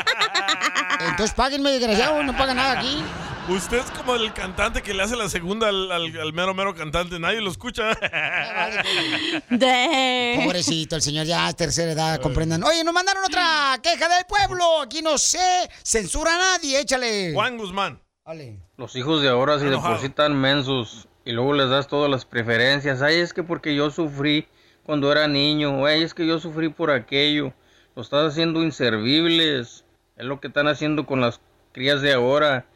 S3: (laughs) Entonces páguenme, desgraciado, no pagan nada aquí.
S1: Usted es como el cantante que le hace la segunda al, al- al mero mero cantante. Nadie lo escucha.
S3: Pobrecito, el señor ya es tercera
S1: Eh.
S3: edad, comprendan. Oye, nos mandaron otra queja del pueblo. Aquí no se censura a nadie, échale.
S1: Juan Guzmán.
S3: Dale.
S23: Los hijos de ahora se
S1: Enojado.
S23: depositan mensos y luego les das todas las preferencias. Ay, es que porque yo sufrí cuando era niño. Ay, es que yo sufrí por aquello. Lo estás haciendo inservibles. Es lo que están haciendo con las crías de ahora.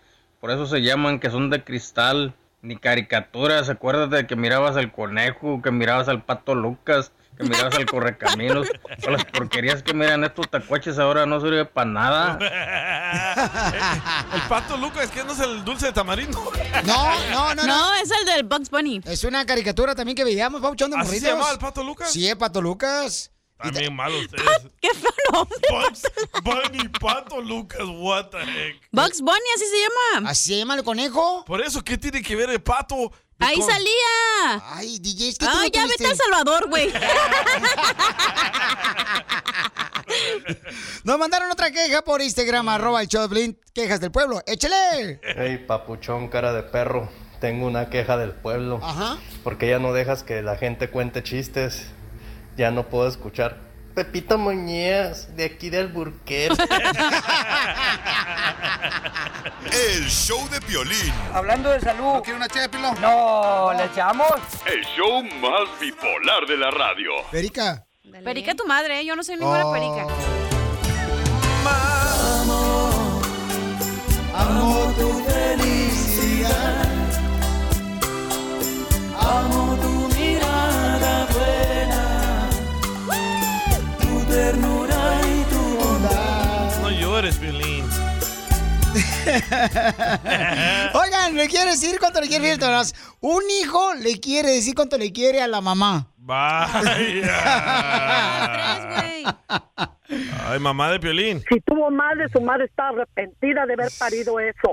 S23: Por eso se llaman que son de cristal. Ni caricaturas. Acuérdate de que mirabas al conejo, que mirabas al pato Lucas, que mirabas al correcaminos. Todas las porquerías que miran estos tacuaches ahora no sirve para nada.
S1: (laughs) El pato Lucas, que no es el dulce de tamarindo.
S3: No, no, no, no.
S4: es el del Bugs Bunny.
S3: Es una caricatura también que veíamos, Pauchón de
S1: ¿Así se
S3: Morritos.
S1: llamaba el Pato Lucas?
S3: Sí, el Pato Lucas.
S1: También malo ustedes.
S4: ¡Qué feo
S1: nombre! Bunny, Pato Lucas, what the heck.
S4: Bugs Bunny, así se llama.
S3: Así se llama el conejo.
S1: Por eso, ¿qué tiene que ver el pato?
S4: Ahí
S1: Con-
S4: salía.
S3: Pues, Ay, DJ, es
S1: que tú
S4: Ah,
S1: no
S4: ya
S1: tuviste-
S4: vete a El Salvador, güey.
S3: Nos mandaron otra queja por Instagram, arroba el show de Piolín, quejas del pueblo. Échale.
S24: Hey, papuchón, cara de perro, tengo una queja del pueblo.
S3: Ajá.
S1: (laughs)
S24: Porque ya no dejas que la gente cuente chistes. Ya no puedo escuchar. Pepito Muñez, de aquí del Burquer.
S14: El show de Piolín.
S5: Hablando de salud. ¿No quiere una ché de pilón? No, ¿le echamos?
S10: El show más bipolar de la radio.
S3: Perica.
S4: Perica tu madre, ¿eh? yo no soy ninguna
S10: Oh.
S4: perica.
S3: (laughs)
S4: (laughs)
S9: Amo tu felicidad. Amo tu mirada buena. Tu ternura y tu bondad.
S1: No llores, Piolín.
S3: Oigan, ¿le quiere decir cuánto le quiere decir? Un hijo le quiere decir cuánto le quiere a la mamá.
S1: Vaya. Ay, mamá de Piolín.
S25: Si tuvo madre, su madre está arrepentida de haber parido eso.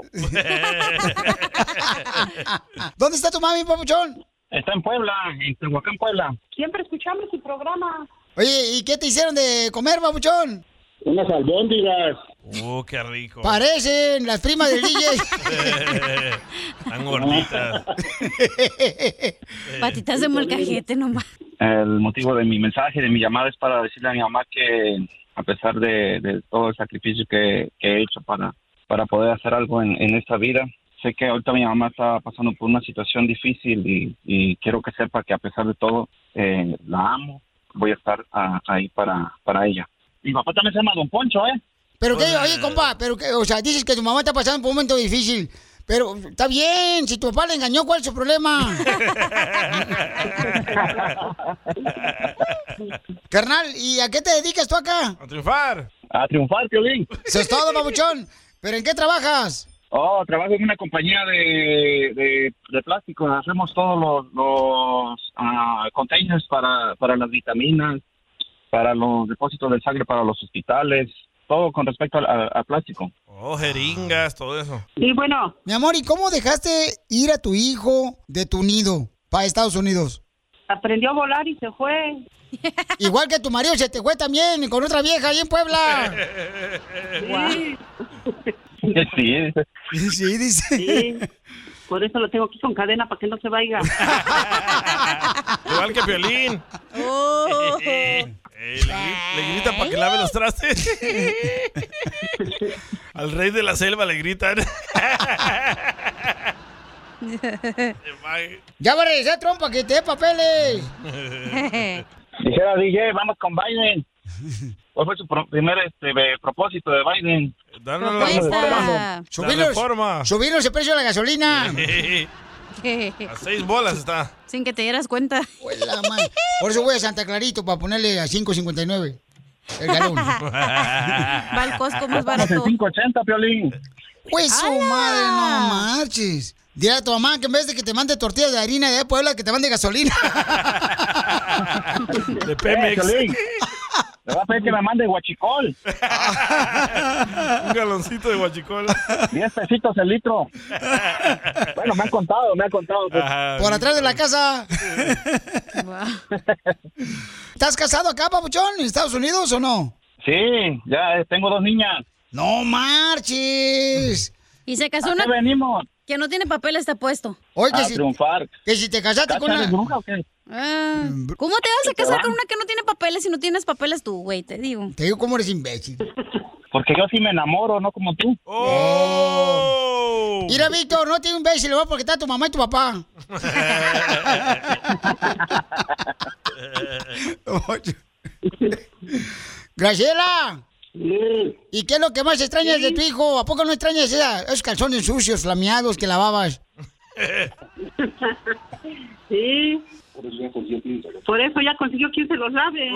S3: ¿Dónde está tu mami, papuchón?
S24: Está en Puebla, en Tehuacán, Puebla.
S25: Siempre escuchamos su programa.
S3: Oye, ¿y qué te hicieron de comer, babuchón?
S7: Unas albóndigas.
S1: (laughs) Uh, qué rico. (laughs)
S3: Parecen las primas del DJ.
S1: Tan gorditas.
S4: Patitas de molcajete nomás.
S7: (laughs) El motivo de mi mensaje, de mi llamada, es para decirle a mi mamá que a pesar de, de todo el sacrificio que, que he hecho para, para poder hacer algo en, en esta vida, sé que ahorita mi mamá está pasando por una situación difícil y, y quiero que sepa que a pesar de todo eh, la amo, voy a estar ah, ahí para, para ella. Mi papá también se llama Don Poncho, ¿eh?
S3: Pero que, oye, compa, pero que, o sea, dices que tu mamá está pasando por un momento difícil. Pero está bien, si tu papá le engañó, ¿cuál es su problema? Carnal, ¿y a qué te dedicas tú acá?
S1: A triunfar.
S7: A triunfar, Piolín.
S3: Eso es todo, babuchón. ¿Pero en qué trabajas?
S7: Oh, trabajo en una compañía de, de, de plástico. Hacemos todos los, los ah, containers para, para las vitaminas, para los depósitos de sangre, para los hospitales, todo con respecto al a- a plástico.
S1: Oh, jeringas, todo eso.
S3: Y bueno. Mi amor, ¿y cómo dejaste ir a tu hijo de tu nido para Estados Unidos?
S12: Aprendió a volar y se fue.
S3: (laughs) Igual que tu marido se te fue también y con otra vieja ahí
S12: (laughs)
S3: en Puebla.
S7: Sí,
S3: Sí, dice.
S12: Por eso lo tengo aquí con cadena para que no se vaya.
S1: Igual que Piolín. (laughs) Eh, le, gri- le gritan para que lave los trastes. (laughs) Al rey de la selva le gritan. (laughs)
S3: ya va a regresar, trompa, que te dé
S1: (laughs)
S3: papeles.
S7: Dijera DJ, vamos con Biden. ¿Cuál fue su pro- primer este, be- propósito de Biden?
S1: Danos
S7: la
S1: Propuesta.
S7: reforma.
S1: Subirnos-
S3: (laughs)
S1: reforma.
S3: subirnos el precio de la gasolina.
S1: A (laughs) seis bolas está.
S3: Sin que te dieras cuenta. Por eso voy a Santa Clarito para ponerle a 5.59 el galón. (laughs)
S1: (laughs) Va
S3: al Costco más
S7: Estamos en
S3: barato.
S7: 580, Piolín.
S3: Pues su madre, no marches. Dile a tu mamá que en vez de que te mande tortillas de harina de Puebla, que te mande
S7: (laughs)
S3: gasolina.
S7: De Le va a pedir pues, que me mande guachicol.
S1: (laughs) Un galoncito de guachicol.
S7: Diez pesitos el litro. Bueno, me han contado, me han contado. pues.
S3: (laughs) Por atrás de la
S7: (laughs)
S3: casa. ¿Estás casado acá, papuchón, en Estados Unidos o no?
S7: Sí, ya eh, tengo dos niñas.
S3: No marches.
S4: Y se casó
S7: ¿A
S4: una.
S7: qué venimos? Ah,
S4: Que no tiene papel, está puesto.
S3: Oye,
S7: a triunfar.
S3: Que si te casaste Mm,
S4: con una-
S7: bruja o qué?
S4: Ah, ¿Cómo te vas a casar con una que no tiene papeles si no tienes papeles tú, güey? Te digo.
S3: Te digo cómo eres imbécil.
S7: Porque yo sí me enamoro, no como tú.
S3: Mira, Víctor, no tiene un imbécil, va porque está tu mamá y tu papá. Graciela. ¿Y qué es lo que más extrañas de tu hijo? ¿A poco no extrañas esa- esos calzones sucios, flameados que lavabas?
S12: Sí. Por eso ya consiguió quien se los lave.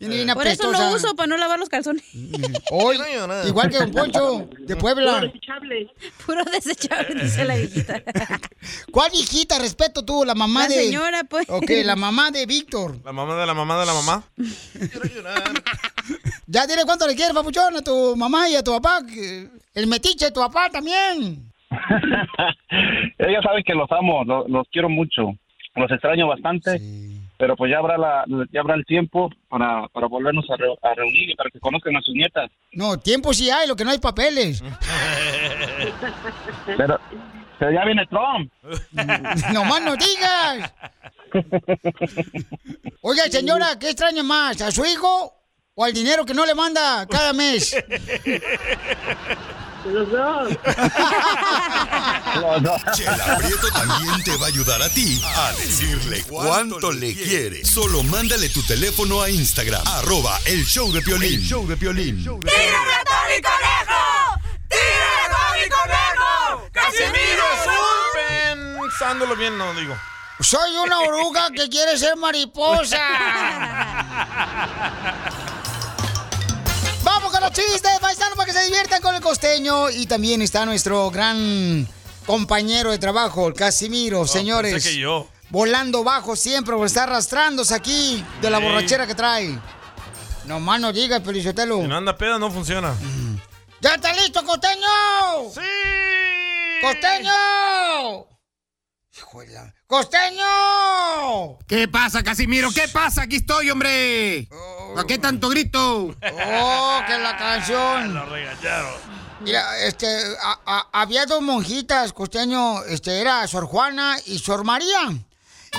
S3: Viene
S4: Por eso
S3: apestosa.
S4: no uso, para no lavar los calzones.
S3: Hoy,
S4: Extraño, nada.
S3: igual que Don Poncho, de Puebla.
S4: desechable. (laughs) Puro desechable, dice la viejita.
S3: (laughs) ¿Cuál viejita? Respeto tú, la mamá
S4: La
S3: de...
S4: señora, pues.
S3: Ok, la mamá de Víctor.
S1: La mamá de la mamá de la mamá.
S3: Ya dile cuánto le quieres, papuchón, a tu mamá y a tu papá. que- El metiche de tu papá también.
S7: Ellos Eh, saben que los amo, lo- los, quiero mucho, los extraño bastante, pero pues ya habrá la, ya habrá el tiempo para, para volvernos a, re- a reunir y para que conozcan a sus nietas.
S3: No, tiempo sí hay, lo que no hay papeles.
S7: Pero, pero ya viene Trump.
S3: (laughs) Nomás no digas. Oiga, señora, ¿qué extraña más? ¿A su hijo o al dinero que no le manda cada mes?
S12: Los dos.
S8: Chela Prieto también te va a ayudar a ti a decirle cuánto le quiere. Solo mándale tu teléfono a Instagram, arroba el show de Piolín. show de Piolín.
S9: ¡Tírame a Tony Conejo! ¡Tírame a Tony Conejo! ¡Casimiro es un...
S1: Pensándolo bien, no digo.
S3: Soy una oruga que quiere ser mariposa. Vamos con los chistes, paisanos, para que se diviertan con el costeño. Y también está nuestro gran compañero de trabajo, el Casimiro, señores.
S1: pensé que yo.
S3: Volando bajo siempre, porque está arrastrándose aquí de la
S1: Sí.
S3: borrachera que trae. Nomás no digas, Pelizotelo.
S1: Si no anda peda, no funciona. (laughs)
S3: ¡Ya está listo, costeño! ¡Sí! ¡Costeño! Hijuela. ¡Costeño!
S13: ¿Qué pasa, Casimiro? ¿Qué pasa? Aquí estoy, hombre. ¿A qué tanto grito?
S3: ¡Oh, que la
S1: (laughs)
S3: canción!
S13: Lo
S1: regañaron.
S3: Mira, este, a- a- había dos monjitas, costeño, este, era Sor Juana y Sor María.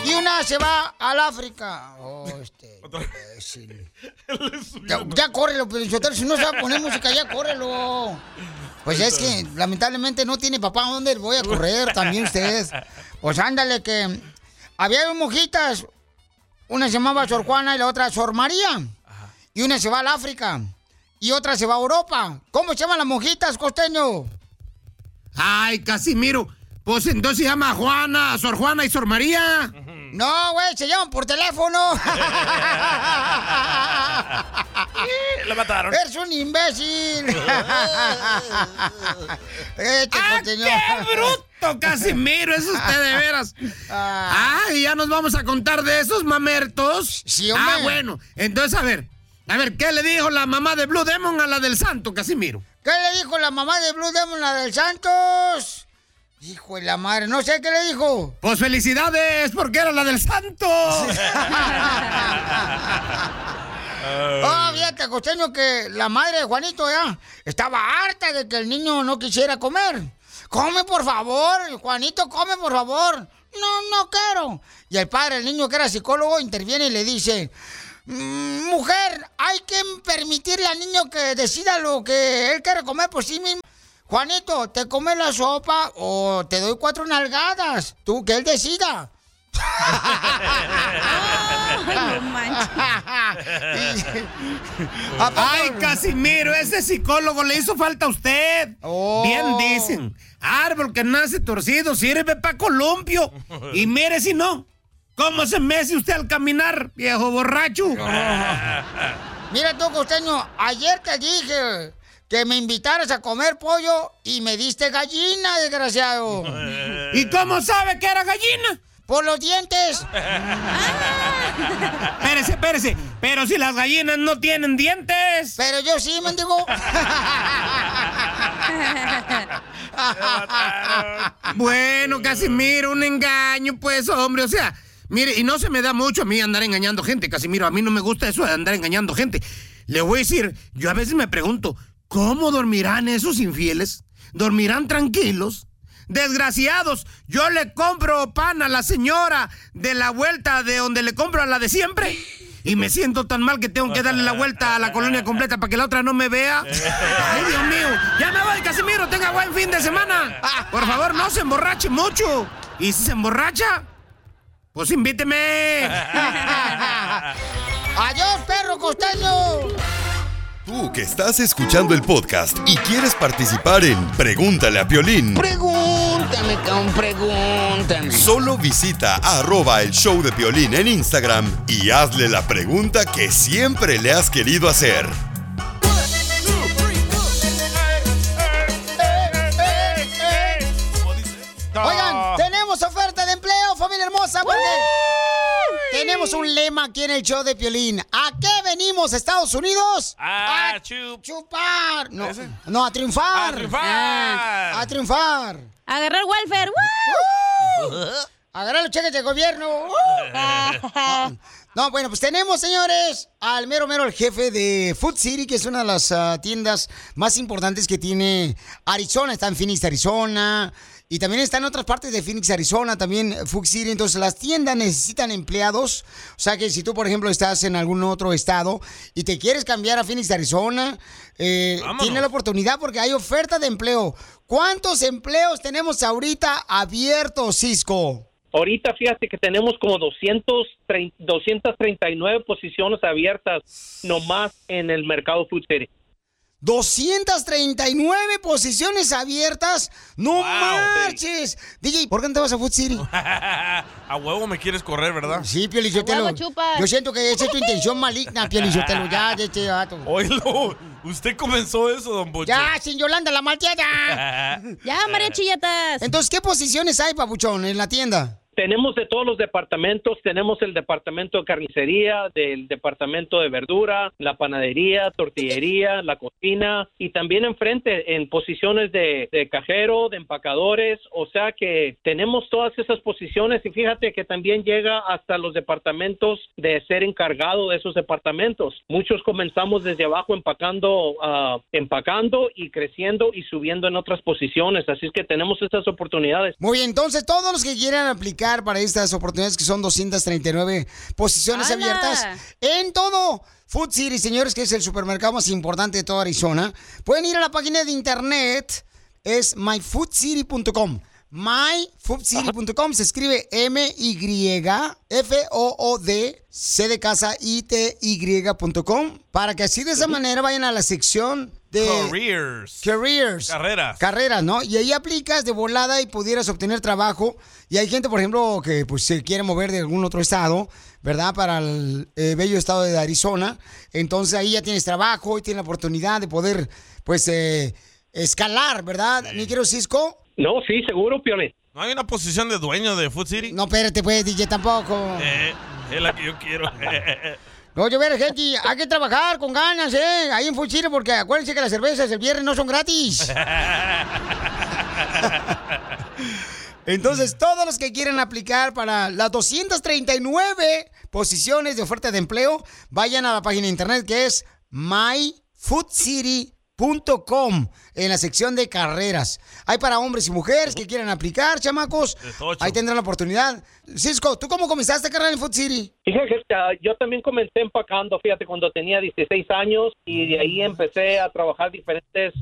S3: Y una se va al África. Oh, este.
S1: (laughs)
S3: imbécil. ya, ya córrelo, pero si no se va a poner música, ya córrelo. Pues es que lamentablemente no tiene papá, ¿dónde voy a correr también ustedes? Pues ándale que había dos monjitas, una se llamaba Sor Juana y la otra Sor María. Y una se va al África y otra se va a Europa. ¿Cómo se llaman las monjitas, costeño?
S13: Ay, Casimiro. Pues entonces se llama Juana, Sor Juana y Sor María.
S3: No, güey, se llaman por (laughs) teléfono.
S1: La mataron.
S3: ¡Eres un imbécil! (laughs) este costeño.
S13: ¡Qué bruto, Casimiro! Es usted de veras.
S3: Ah.
S13: ¡Ay, Ah, ya nos vamos a contar de esos mamertos!
S3: hombre.
S13: Ah, bueno. Entonces, a ver. A ver, ¿qué le dijo la mamá de Blue Demon a la del santo, Casimiro?
S3: ¿Qué le dijo la mamá de Blue Demon, la del Santos? Hijo de la madre, no sé qué le dijo.
S13: Pues felicidades, porque era la del
S3: (laughs)
S13: santo.
S3: Ah, fíjate, costeño, que la madre de Juanito ya estaba harta de que el niño no quisiera comer. Come, por favor, Juanito, come, por favor. No, no quiero. Y el padre, el niño que era psicólogo, interviene y le dice, "Mm, mujer, hay que permitirle al niño que decida lo que él quiere comer por sí mismo. Juanito, ¿te comes la sopa o te doy cuatro nalgadas? Tú, que él decida.
S9: Ay, no
S3: (laughs)
S13: ¡Ay, Casimiro! Ese psicólogo le hizo falta a usted.
S3: Oh.
S13: Bien dicen. Árbol que nace torcido sirve para
S3: (laughs)
S13: columpio. Y mire si no. ¿Cómo se mece usted al caminar, viejo borracho?
S3: Mira tú, costeño, ayer te dije que me invitaras a comer pollo y me diste gallina, desgraciado.
S13: ¿Y cómo sabe que era gallina?
S3: Por los dientes.
S13: espérese, espérese. Pero si las gallinas no tienen dientes.
S3: Pero yo sí, mendigo.
S13: (laughs) Bueno, Casimiro, un engaño, pues, hombre, o sea, mire, y no se me da mucho a mí andar engañando gente, Casimiro, a mí no me gusta eso de andar engañando gente. Le voy a decir, yo a veces me pregunto, ¿cómo dormirán esos infieles? ¿Dormirán tranquilos? Desgraciados, yo le compro pan a la señora de la vuelta de donde le compro a la de siempre. Y me siento tan mal que tengo que darle la vuelta a la colonia completa para que la otra no me vea. Ay, Dios mío. Ya me voy, Casimiro. Tenga buen fin de semana. Ah, Por favor, no se emborrache mucho. Y si se emborracha, pues invíteme.
S3: ¡Adiós, perro costeño!
S8: Tú que estás escuchando el podcast y quieres participar en Pregúntale a Piolín,
S3: Pregúntame, cabrón, pregúntame.
S8: solo visita arroba el show de Piolín en Instagram y hazle la pregunta que siempre le has querido hacer.
S3: Oigan, tenemos oferta de empleo, familia hermosa, porque tenemos un lema aquí en el show de Piolín. ¿A qué venimos, Estados Unidos?
S1: Ah,
S3: chupar. No,
S1: ¿Ese?
S3: no, a triunfar.
S1: A triunfar.
S3: Ah, a triunfar. Agarrar welfare. (laughs) Agarrar los cheques de gobierno. ¡Woo! No, bueno, pues tenemos, señores, al mero mero, el jefe de Food City, que es una de las ah, tiendas más importantes que tiene Arizona. Está en Phoenix, Arizona. Y también está en otras partes de Phoenix, Arizona, también Food City. Entonces, las tiendas necesitan empleados. O sea que si tú, por ejemplo, estás en algún otro estado y te quieres cambiar a Phoenix, Arizona, eh, tiene la oportunidad porque hay oferta de empleo. ¿Cuántos empleos tenemos ahorita abiertos, Cisco?
S17: (laughs) Ahorita fíjate que tenemos como 230 239 posiciones abiertas nomás en el mercado Food City.
S3: 239 posiciones abiertas. ¡No marches! DJ, ¿por qué no te vas a Food City?
S1: a huevo me quieres correr, ¿verdad?
S3: Sí, Piolichotelo. Yo siento que esa es tu intención maligna, Piolichotelo. Ya, de este gato.
S1: (laughs) Oílo, usted comenzó eso, don Pocho.
S3: Ya, sin Yolanda, la malteada.
S1: Ya, María
S17: (laughs)
S3: Chillatas. Entonces, ¿qué posiciones hay, papuchón, en la tienda?
S17: Tenemos de todos los departamentos, tenemos el departamento de carnicería, del departamento de verdura, la panadería, tortillería, la cocina y también enfrente en posiciones de, de cajero, de empacadores, o sea que tenemos todas esas posiciones y fíjate que también llega hasta los departamentos de ser encargado de esos departamentos. Muchos comenzamos desde abajo empacando, ah, empacando y creciendo y subiendo en otras posiciones, así es que tenemos esas oportunidades.
S3: Muy bien, entonces todos los que quieran aplicar para estas oportunidades que son 239 posiciones
S4: ¡Hala!
S3: abiertas en todo Food City, señores, que es el supermercado más importante de toda Arizona, pueden ir a la página de internet, es myfoodcity.com. Myfoodcity.com se escribe M-Y-F-O-O-D, C de casa, I-T-Y.com, para que así de esa manera vayan a la sección de
S1: Careers.
S3: Careers.
S1: Carreras.
S3: Carreras, ¿no? Y ahí aplicas de volada y pudieras obtener trabajo. Y hay gente, por ejemplo, que pues se quiere mover de algún otro estado, ¿verdad? Para el eh, bello estado de Arizona. Entonces ahí ya tienes trabajo y tienes la oportunidad de poder, pues, eh, escalar, ¿verdad, mi querido Cisco?
S17: No, sí, seguro, Piolín.
S1: ¿No hay una posición de dueño de Food City?
S3: No, espérate, pues, DJ, tampoco.
S1: Eh, es la que yo
S3: (laughs)
S1: quiero.
S3: No, yo ver, gente, hay que trabajar con ganas, ¿eh? Ahí en Fuchile, porque acuérdense que las cervezas el viernes no son gratis. Entonces, todos los que quieran aplicar para las 239 posiciones de oferta de empleo, vayan a la página de internet que es myfoodcity.com en la sección de carreras. Hay para hombres y mujeres que quieran aplicar, chamacos.
S17: De tocho.
S3: Ahí tendrán la oportunidad. Cisco, ¿tú cómo comenzaste, carnal, en Food City?
S17: Fíjate, que, ah, yo también comencé empacando, fíjate, cuando tenía 16 años y de ahí empecé a trabajar diferentes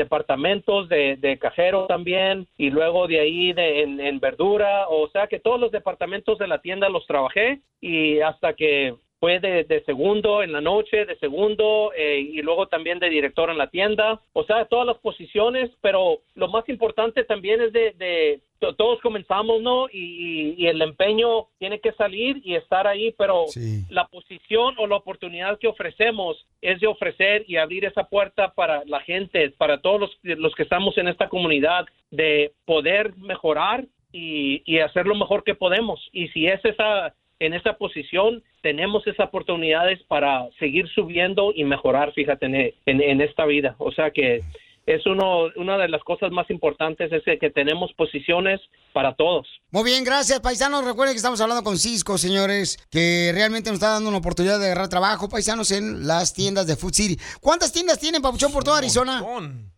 S17: departamentos de, de cajero también y luego de ahí de- en, en verdura, o sea que todos los departamentos de la tienda los trabajé y hasta que fue de, de segundo en la noche, de segundo eh, y luego también de director en la tienda, o sea, todas las posiciones, pero lo más importante también es de, de- to- todos comenzamos, ¿no? Y, y- y el empeño tiene que salir y estar ahí, pero la posición o la oportunidad que ofrecemos es de ofrecer y abrir esa puerta para la gente, para todos los, los que estamos en esta comunidad, de poder mejorar y, y hacer lo mejor que podemos. Y si es esa en esa posición, tenemos esas oportunidades para seguir subiendo y mejorar, fíjate, en, en- en esta vida. O sea que es uno, una de las cosas más importantes, es que, que tenemos posiciones para todos.
S3: Muy bien, gracias, paisanos. Recuerden que estamos hablando con Cisco, señores, que realmente nos está dando una oportunidad de agarrar trabajo, paisanos, en las tiendas de Food City. ¿Cuántas tiendas tienen, Papuchón, por toda Arizona?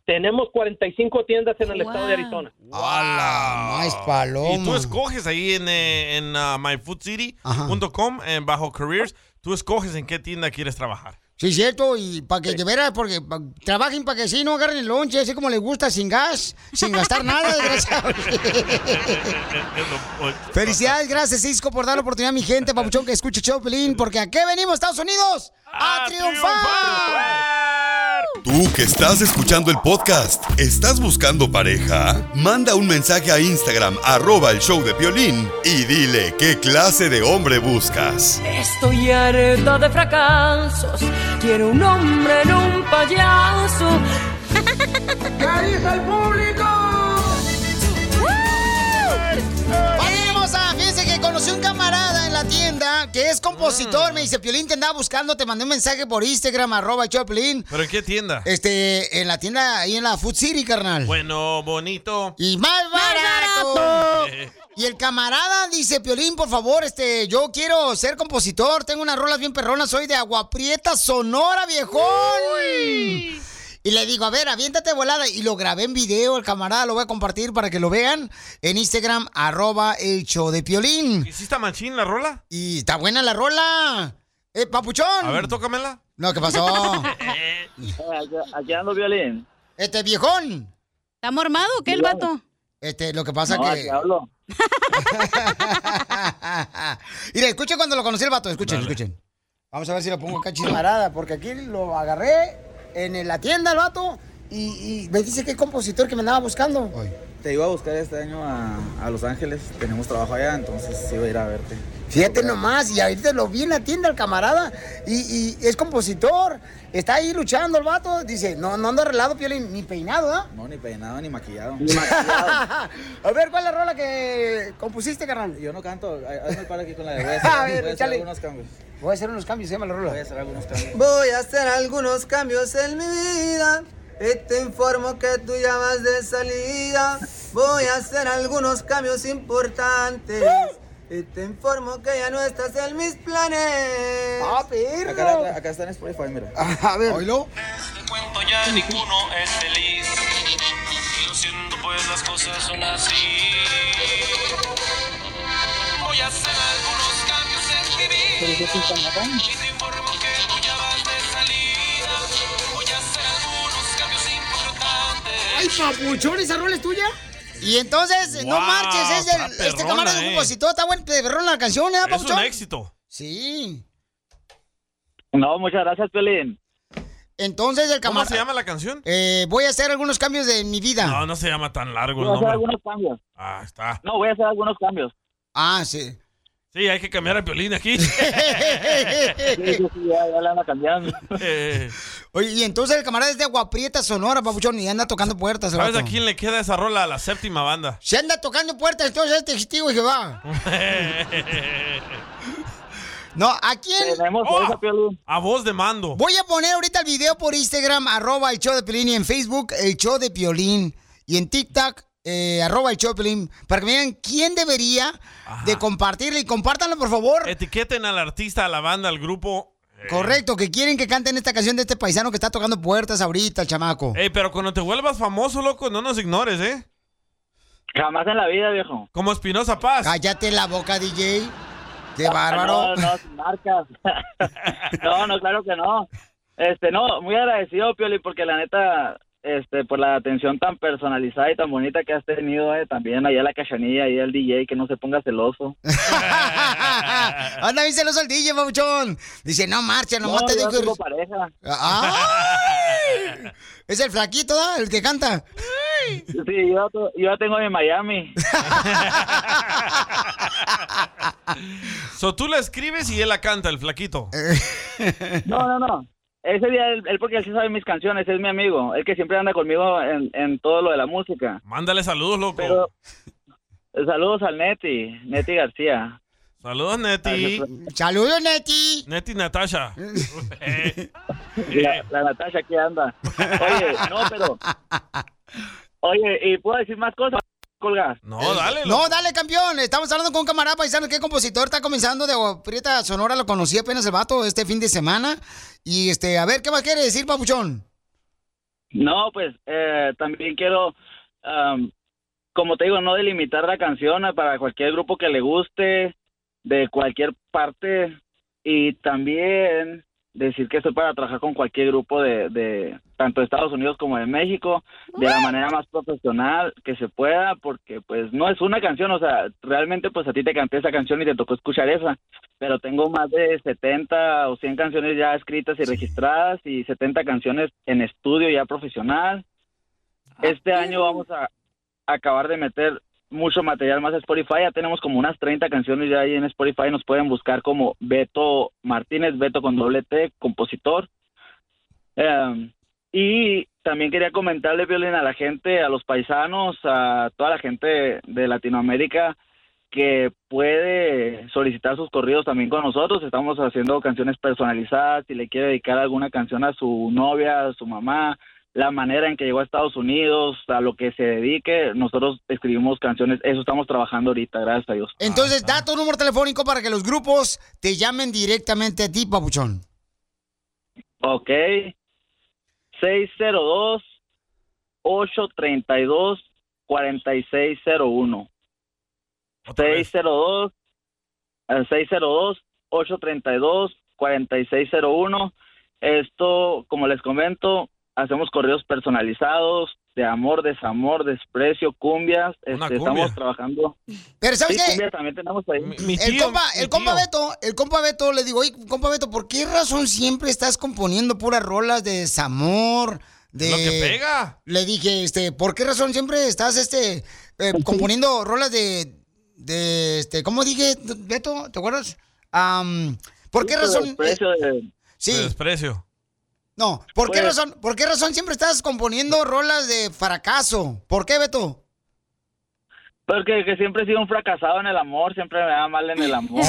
S17: Tenemos 45 tiendas en el estado de Arizona.
S3: Más
S1: Ah, Y tú escoges ahí en, eh, en ah, myfoodcity.com, en bajo careers, tú escoges en qué tienda quieres trabajar.
S3: Sí, cierto, y para que de veras, porque pa- trabajen para que sí, no agarren el lonche, así como les gusta, sin gas, sin gastar nada, desgraciados. (laughs) Felicidades, gracias Cisco por dar la oportunidad a mi gente, Papuchón, que escuche Choplin, porque ¿a qué venimos, Estados Unidos? ¡A, triunfar!
S8: Tú que estás escuchando el podcast, ¿estás buscando pareja? Manda un mensaje a Instagram, arroba el show de violín, y dile qué clase de hombre buscas.
S21: Estoy harta de fracasos. Quiero un hombre en un payaso.
S9: ¿Qué dice el público?
S3: Familia hermosa, fíjense que conocí un camarada en la tienda que es compositor. Me dice, Piolín, te andaba buscando, te mandé un mensaje por Instagram, arroba Choplin.
S1: ¿Pero en qué tienda?
S3: Este, en la tienda, ahí en la Food City, carnal.
S1: Bueno, bonito. Eh,
S3: Y más barato.
S1: (laughs)
S3: Y el camarada dice, Piolín, por favor, este, yo quiero ser compositor, tengo unas rolas bien perronas, soy de Aguaprieta, Sonora, viejón. Y le digo, a ver, aviéntate volada. Y lo grabé en video, el camarada lo voy a compartir para que lo vean en Instagram, arroba el show de Piolín.
S1: ¿Y si está machín la rola?
S3: Y está buena la rola. Eh, papuchón.
S1: A ver, tócamela.
S3: No, ¿qué pasó?
S26: (laughs)
S1: (laughs)
S26: Aquí ando violín.
S3: Este viejón.
S4: ¿Está mormado o qué el vato?
S3: Este, lo que pasa
S26: No,
S3: que...
S26: aquí hablo.
S3: (laughs) Mira, escuchen cuando lo conocí el vato, escuchen, escuchen. Vamos a ver si lo pongo acá chismarada, porque aquí lo agarré en la tienda el vato y, y me dice que es compositor que me andaba buscando.
S27: Te iba a buscar este año a, a Los Ángeles. Tenemos trabajo allá, entonces iba a ir a verte.
S3: Fíjate Este nomás, y ahorita lo vi en la tienda el camarada y, y es compositor. Está ahí luchando el vato. Dice, no, no ando arreglado, Piolín, ni peinado, ¿ah?
S27: No, ni peinado, ni maquillado.
S3: a ver, ¿cuál es la rola que compusiste, carnal?
S27: Yo no canto. Ha- Hazme el paro aquí con
S3: (laughs)
S27: la de. Voy a hacer,
S3: A
S27: voy a
S3: ver,
S27: hacer
S3: échale.
S27: algunos cambios.
S3: Voy a hacer unos cambios, se llama la rola.
S27: Voy a hacer algunos cambios.
S28: Voy a hacer algunos cambios en mi vida. Y te informo que tú ya vas de salida. Voy a hacer algunos cambios importantes. Y te informo que ya no estás en mis planes. ¡Ah,
S27: Acá, acá está en Spotify, mira.
S3: A ver.
S19: ya ninguno es feliz. Lo siento, pues las cosas son así. Voy a hacer algunos cambios en mi vida. Y te informo que tú ya vas de salida. Voy a hacer algunos cambios importantes.
S3: ¡Ay, papuchón, esa rola es tuya! Y entonces, eh, no
S1: Guau,
S3: marches, es
S1: está
S3: el- este
S1: perrona,
S3: camarada es
S1: eh.
S3: un compositor, está bueno, perrón la canción, ¿eh,
S1: Es
S3: papuchón?
S1: un éxito.
S3: Sí.
S26: No, muchas gracias, Pelín.
S3: Entonces, el
S1: ¿Cómo
S3: camarada...
S1: se llama la canción?
S3: Eh, voy a hacer algunos cambios de mi vida.
S1: No, no se llama tan largo el
S26: Voy a hacer
S1: nombre.
S26: algunos cambios.
S1: Ah, está.
S26: No, voy a hacer algunos cambios.
S3: Ah, sí.
S1: Sí, hay que cambiar a
S3: (laughs)
S1: Piolín aquí.
S26: Sí, sí, sí, ya, ya le anda
S1: (laughs)
S26: cambiando.
S1: Eh.
S3: Oye, y entonces el camarada es de Aguaprieta, Sonora, papuchón, y anda tocando puertas. el
S1: ¿Sabes a
S3: vato.
S1: quién le queda esa rola? A la
S3: (laughs)
S1: séptima banda.
S3: Se anda tocando puertas, entonces este testigo de Jehová. No, ¿a quién?
S1: Oh, a voz de mando.
S3: Voy a poner ahorita el video por Instagram, arroba el show de Piolín, y en Facebook, el show de Piolín, y en TikTok, eh, arroba el show de Piolín, para que vean quién debería de compartirle, y compártanlo, por favor.
S1: Etiqueten al artista, a la banda, al grupo. Eh,
S3: Correcto, que quieren que canten esta canción de este paisano que está tocando puertas ahorita, el
S26: Eh,
S3: chamaco.
S1: Ey, pero cuando te vuelvas famoso, loco, no nos ignores, ¿eh?
S26: Jamás en la vida, viejo.
S1: Como Espinosa Paz.
S3: Cállate la boca, DJ.
S26: (laughs)
S3: Qué
S26: No,
S3: bárbaro.
S26: no, sin marcas. (laughs) no, no, claro que no. Este, no, muy agradecido, Pioli, porque la neta, este, por la atención tan personalizada y tan bonita que has tenido, eh, también allá la cachanilla y el DJ, que no se ponga
S3: (laughs)
S26: celoso.
S3: Anda bien celoso el DJ, babuchón. Dice, no marcha, nomás
S26: eh. No,
S3: te
S26: yo
S3: digo.
S26: no tengo pareja.
S3: ¡Ay! Es el flaquito, ¿da? El que canta.
S26: Sí, yo, to- yo la tengo en Miami.
S1: So tú la escribes y él la canta,
S3: (laughs)
S1: el flaquito.
S26: No, no, no. Ese día, él, él porque él sí sabe mis canciones, es mi amigo, el que siempre anda conmigo en, en todo lo de la música.
S1: Mándale saludos, loco.
S26: Pero, eh, saludos al Neti, Neti García.
S1: Saludos, Neti.
S3: Saludos, Neti.
S1: Neti Natasha. (laughs)
S26: La, la Natasha que anda. Oye, no, pero. Oye, ¿y puedo decir más cosas? Colgas.
S1: No,
S3: Eh, No, dale, campeón. Estamos hablando con un camarada paisano que es compositor. Está comenzando de Agua Prieta Sonora. Lo conocí apenas el vato este fin de semana. Y este, a ver, ¿qué más quiere decir, papuchón?
S26: No, pues eh, también quiero, am, como te digo, no delimitar la canción a- para cualquier grupo que le guste, de cualquier parte, y también decir que estoy para trabajar con cualquier grupo de, de tanto de Estados Unidos como de México, de la manera más profesional que se pueda, porque pues no es una canción, o sea, realmente pues a ti te canté esa canción y te tocó escuchar esa, pero tengo más de 70 o 100 canciones ya escritas y registradas y 70 canciones en estudio ya profesional. Este año vamos a acabar de meter mucho material más a Spotify, ya tenemos como unas 30 canciones ya ahí en Spotify, nos pueden buscar como Beto Martínez, Beto con doble T, compositor. Em, y también quería comentarle, Violín, a la gente, a los paisanos, a toda la gente de Latinoamérica que puede solicitar sus corridos también con nosotros. Estamos haciendo canciones personalizadas. Si le quiere dedicar alguna canción a su novia, a su mamá, la manera en que llegó a Estados Unidos, a lo que se dedique, nosotros escribimos canciones. Eso estamos trabando ahorita, gracias a Dios.
S3: Entonces, da tu número telefónico para que los grupos te llamen directamente a ti, papuchón.
S26: Ok. 602-832-4601. 602 eh, 602-832-4601. Esto, como les comento, hacemos correos personalizados de amor, desamor, desprecio, cumbias. Este,
S3: cumbia.
S26: Estamos trabajando.
S3: Pero ¿sabes
S26: Sí,
S3: qué?
S26: cumbias también tenemos ahí.
S3: el compa, el compa Beto, el compa Beto le digo, oye, compa Beto, ¿por qué razón siempre estás componiendo puras rolas de desamor, de-
S1: Lo que pega.
S3: Le dije, este, ¿por qué razón siempre estás, este,
S1: Pues
S3: eh, componiendo rolas de, de, este, ¿cómo dije, Beto? ¿Te acuerdas? Am, (laughs) ¿Por qué
S1: Sí, por
S3: razón?
S1: desprecio
S3: eh, Sí.
S1: Te desprecio.
S3: no, ¿por qué
S1: Pues-
S3: razón? ¿Por qué razón siempre estás componiendo rolas de fracaso? ¿Por qué, Beto?
S26: Porque que siempre he sido un fracasado en el amor, siempre me da mal en el
S1: (laughs)
S26: amor.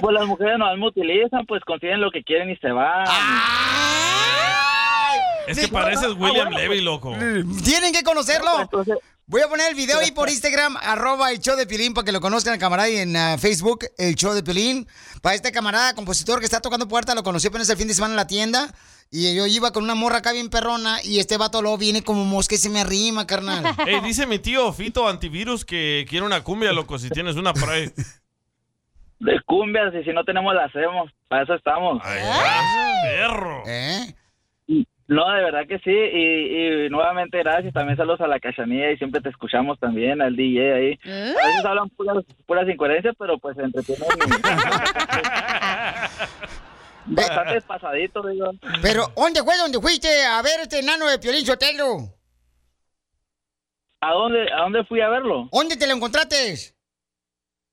S26: pues las mujeres no me utilizan, pues consiguen lo que quieren y se van.
S1: Es que
S3: Ah,
S1: pareces William Levy,
S3: (laughs)
S1: loco.
S3: Tienen que conocerlo.
S1: pues,
S3: Voy a poner el video ahí por Instagram, arroba el show de Pilín, para que lo conozcan el camarada y en ah, Facebook, el show de Pilín. Para este camarada, compositor que está tocando puerta, lo conocí apenas el fin de semana en la tienda. Y yo iba con una morra acá bien perrona y este vato luego viene como mosca y se me arrima, carnal.
S1: (laughs) Ey, dice mi tío Fito Antivirus que quiere una cumbia, loco, si tienes una por ahí.
S26: De cumbias, y si no tenemos, la hacemos. Para eso estamos.
S1: ¡Perro!
S26: No, de verdad que sí. Y, y nuevamente, gracias. También saludos a la cachanilla y siempre te escuchamos también, al DJ ahí. A veces hablan puras, puras incoherencias, pero pues se entretienen. y-
S1: Ah,
S26: Bastante pasadito, digo.
S3: Pero, ¿dónde fue donde fuiste a ver este enano de Piolín Sotelo?
S26: ¿A dónde, ¿A dónde fui a verlo?
S3: ¿Dónde te lo encontraste?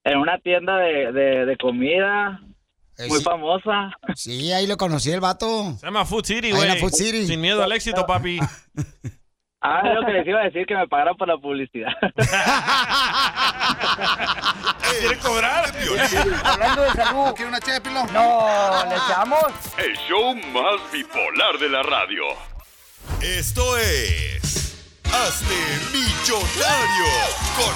S26: En una tienda de, de, de comida muy famosa.
S3: Sí, ahí lo conocí el vato.
S1: Se llama Food City,
S3: Ahí en
S1: güey.
S3: la Food City.
S1: Sin miedo al
S3: (laughs)
S1: éxito, papi.
S26: Ah, es lo que les iba a decir, que me pagaran por la publicidad.
S1: ¿Quiere cobrar?
S9: Hablando de salud. ¿Quiere una ché No, ¿le echamos?
S10: El show más bipolar de la radio.
S8: Esto es. Hazte millonario con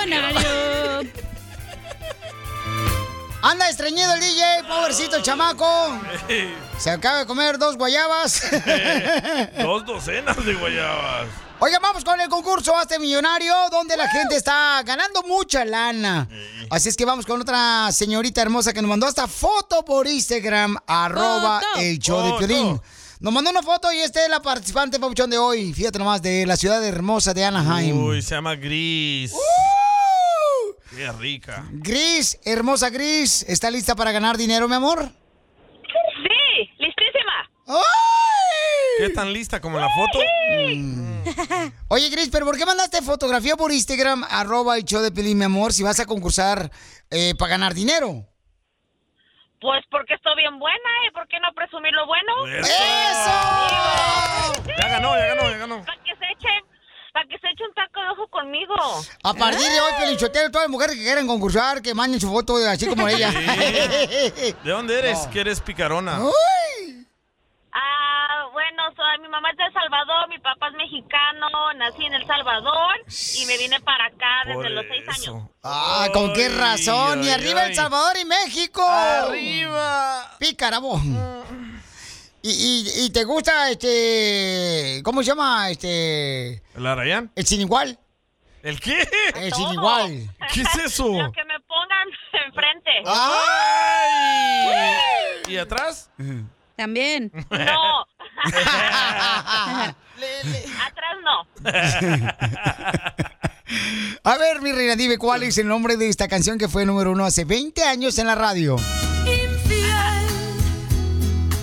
S8: el
S4: Millonario.
S3: Anda estreñido el DJ, pobrecito el chamaco. Se acaba de comer dos
S9: (laughs)
S3: guayabas.
S1: Dos docenas de guayabas.
S3: Oiga, vamos con el concurso Hazte Millonario, donde la gente está ganando mucha lana. Así es que vamos con otra señorita hermosa que nos mandó hasta foto por Instagram, arroba
S9: Foto.
S3: el show de
S9: Foto.
S3: Piolín. Nos mandó una foto y esta es la participante Pauchón de hoy. Fíjate nomás, de la ciudad hermosa de Anaheim.
S1: Uy, se llama Gris. Qué rica.
S3: ¡Uh! Gris, hermosa Gris, ¿está lista para ganar dinero, mi amor?
S15: Sí, listísima.
S3: ¡Oh!
S1: ¿Qué tan lista como en la foto?
S3: (laughs) Oye, Gris, ¿pero por qué mandaste fotografía por Instagram, arroba el show de Piolín, mi amor, si vas a concursar eh, para ganar dinero?
S15: Pues porque estoy bien buena, ¿eh? ¿Por qué no presumir lo bueno?
S1: ¡Eso!
S15: Ya
S1: ganó, ya ganó, ya ganó.
S15: Para que se echen, para que se eche un taco de ojo conmigo.
S3: A partir de
S1: Ah.
S3: hoy, Piolín Sotelo, todas las mujeres que quieran concursar, que manden su foto así como ella.
S1: Sí. ¿De dónde eres? Que eres picarona.
S15: Ah, bueno, soy, mi mamá es de El Salvador, mi papá es mexicano, nací en El Salvador y me vine para acá desde
S1: Por
S15: los seis años.
S3: (laughs) Ah, ¿con qué razón?
S15: ay,
S3: y arriba
S15: ay.
S3: El Salvador y México.
S1: ¡Arriba!
S3: Pícarabo. Y, y- y te gusta este. ¿Cómo se llama? Este.
S1: ¿El Arayán?
S3: El sin igual.
S1: ¿El qué?
S3: El sin igual.
S1: ¿Qué es eso?
S15: Que me pongan (laughs) enfrente.
S1: ¡Ay! ¿Y atrás?
S15: También. No. Atrás no.
S3: (laughs) A ver, mi reina, dime cuál es el nombre de esta canción que fue número uno hace 20 años en la radio.
S9: Infiel.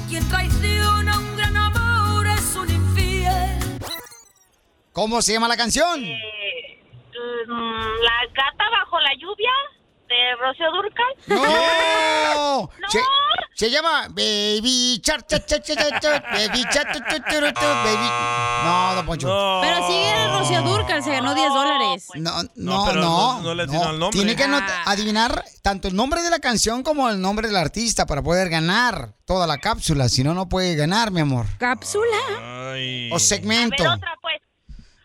S9: Quien traiciona un gran amor es un infiel.
S3: ¿Cómo se llama la canción?
S15: Eh, Mm, La gata bajo la lluvia de Rocío Durcal.
S3: ¡No! Se, se llama Baby Char, cha, cha, cha, cha, cha, Baby Char, tu, tu, tu, tu, tu, Baby. No, don Poncho.
S4: Pero sigue Rocío Durcal, se ganó 10 dólares.
S3: No, no,
S1: pero
S3: no.
S1: no- no le atinó al nombre.
S3: Tiene que anot-
S1: Ah.
S3: adivinar tanto el nombre de la canción como el nombre del artista para poder ganar toda la cápsula. Si no, no puede ganar, mi amor.
S4: ¿Cápsula?
S3: O segmento.
S15: A ver, otra pues.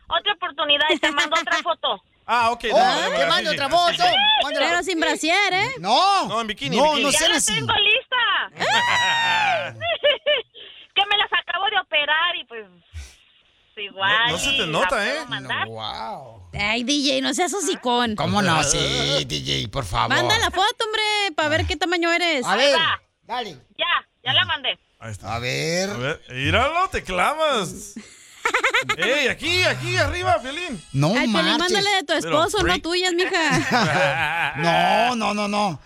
S15: Otra oportunidad y te mando otra
S4: (laughs)
S15: foto.
S1: Ah, ok.
S5: Oh,
S15: dale, dale, dale,
S4: mando
S15: así,
S4: otra
S15: así,
S4: foto.
S15: así.
S4: Mándala. Pero sin brasier, ¿eh?
S3: No.
S1: No, en bikini.
S15: Ya
S1: en bikini.
S15: la tengo
S4: (laughs)
S15: lista. que me las acabo de operar y pues igual.
S4: No- no se
S15: y
S4: te
S15: la
S4: nota,
S15: puedo
S4: ¿eh?
S15: mandar.
S4: Ay, DJ, no seas hocicón.
S3: ¿Cómo no? Sí,
S1: (laughs)
S3: DJ, por favor.
S4: Manda la foto, hombre, para ver qué tamaño eres.
S3: A ver,
S15: Dale. Ya, ya la mandé.
S1: Ahí está.
S3: A ver.
S1: A ver, íralo, te clavas.
S3: (laughs)
S1: ¡Ey, aquí, aquí, arriba, Fiolín!
S3: No
S4: Ay, Pelín,
S3: marches.
S4: mándale de tu esposo, no tuyas, mija.
S5: (laughs)
S3: No, no, no, no.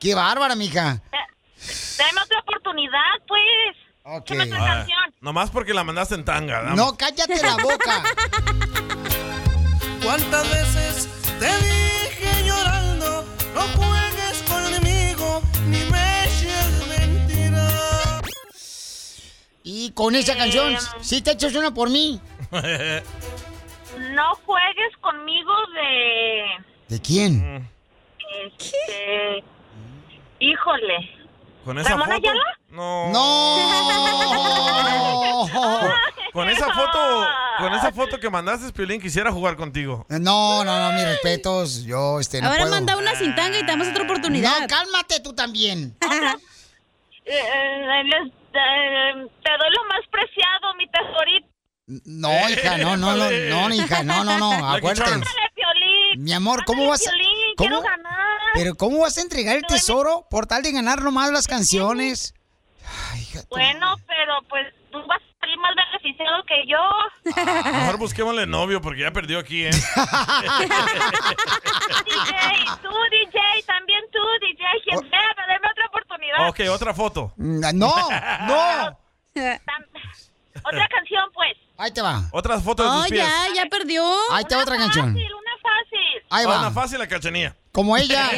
S3: Qué bárbara, mija.
S15: (laughs) Dame otra oportunidad, pues.
S5: Ok.
S15: otra
S1: Ah.
S15: canción.
S1: Nomás porque la mandaste en tanga. dame.
S5: No, cállate la boca.
S9: ¿Cuántas veces te dije llorando? No juegues conmigo ni me eches
S1: (laughs)
S9: mentiras.
S5: Y con esa canción, ¿sí te echas una por mí?
S15: (laughs) No juegues conmigo de.
S5: ¿De quién?
S1: Mm,
S15: este, Híjole.
S1: ¿Con esa
S15: ¿Ramón
S1: foto?
S15: Ayala?
S1: No.
S15: (laughs)
S5: No.
S1: Con, con esa
S5: (laughs)
S1: foto, con esa foto que mandaste, Piolín, quisiera jugar contigo.
S5: Eh, No, no, no, mis respetos. Yo, este, no
S4: Ahora
S5: puedo.
S4: manda una sin tanga y te damos otra oportunidad.
S5: No, cálmate tú también.
S15: Eh, eh, les- eh, te doy lo más preciado, mi tesorito.
S5: No, hija, no, no, no, no, hija, no, no,
S1: (laughs)
S5: no, acuérdate.
S15: Ándale, Piolín.
S5: Mi amor, ¿cómo vas a...?
S15: Piolín,
S5: ¿Cómo?
S15: quiero ganar.
S5: ¿Pero cómo vas a entregar el tesoro por tal de ganar nomás las canciones?
S15: Bueno, pero pues tú vas a salir más beneficiado que (laughs) yo.
S1: Mejor busquémosle novio porque ya
S5: (laughs)
S1: perdió aquí, ¿eh?
S15: DJ, tú, DJ, también tú, DJ. Jiménez, dame otra oportunidad.
S1: ok, otra foto.
S5: Mm, No,
S1: (laughs)
S5: no.
S15: Otra canción, pues.
S5: Ahí te va.
S1: Otras fotos de sus pies.
S15: ya perdió.
S5: Ahí te va otra canción.
S15: Una fácil.
S5: Ahí
S1: Una
S5: va.
S1: fácil la cachanía.
S5: Como
S1: (laughs)
S5: ella.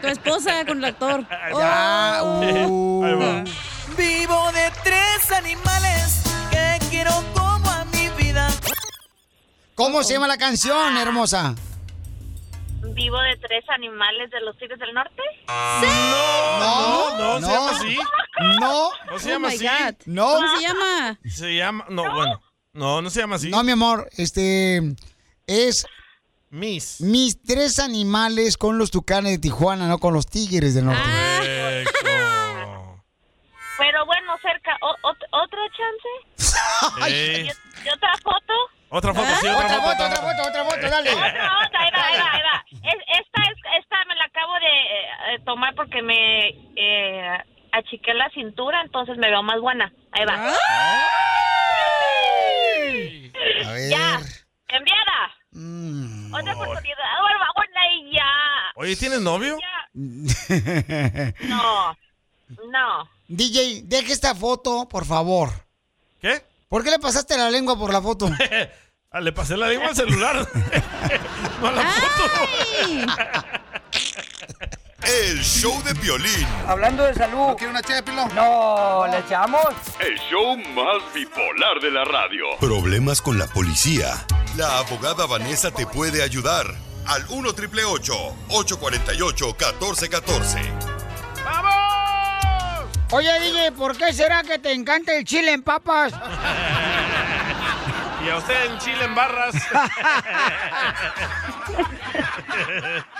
S4: Tu esposa con el actor. Oh.
S1: Ya, uh. Ahí va.
S9: Vivo de tres animales que quiero como a mi vida.
S5: ¿Cómo se llama la canción, hermosa?
S15: Vivo de tres animales de los Tigres del Norte.
S1: No, no, no, se llama así.
S5: No.
S1: No se llama así.
S5: No.
S4: Oh ¿Cómo se llama?
S1: Se llama. No, bueno. No, no se llama así.
S5: No, mi amor, este es
S1: mis
S5: mis tres animales con los tucanes de Tijuana, no con los tigres del norte.
S15: Pero bueno, cerca. O- ot- ¿Otra
S1: (laughs)
S15: chance?
S1: Eh.
S15: ¿Y otra foto?
S1: Otra foto, sí, otra, foto.
S5: Otra foto, otra foto,
S1: (laughs)
S5: dale.
S15: Otra, otra, ahí va, ahí va, ahí va. Es- esta, es- esta me la acabo de eh, eh, tomar porque me eh, achiqué la cintura, entonces me veo más buena. Ahí va.
S5: A ver. Mm.
S15: Ya, cambiada. Otra oportunidad. Ahora va, buena y ya.
S1: Oye, ¿tienes novio?
S5: (laughs)
S15: No, no.
S5: DJ, deja esta foto, por favor.
S1: ¿Qué?
S5: ¿Por qué le pasaste la lengua por la foto?
S1: (laughs) Ah, Le pasé la lengua
S3: (laughs)
S1: al celular. no a la foto.
S8: El show de Piolín.
S3: Hablando de salud. ¿No quiere una ché No, ¿le echamos?
S10: El show más bipolar de la radio.
S8: Problemas con la policía. La abogada Vanessa te puede ayudar. Al 1 triple 848 1414.
S5: Oye, DJ, ¿por qué será que te encanta el chile en
S1: (laughs)
S5: papas?
S1: (laughs) y a usted en Chile
S5: (laughs)
S1: en barras.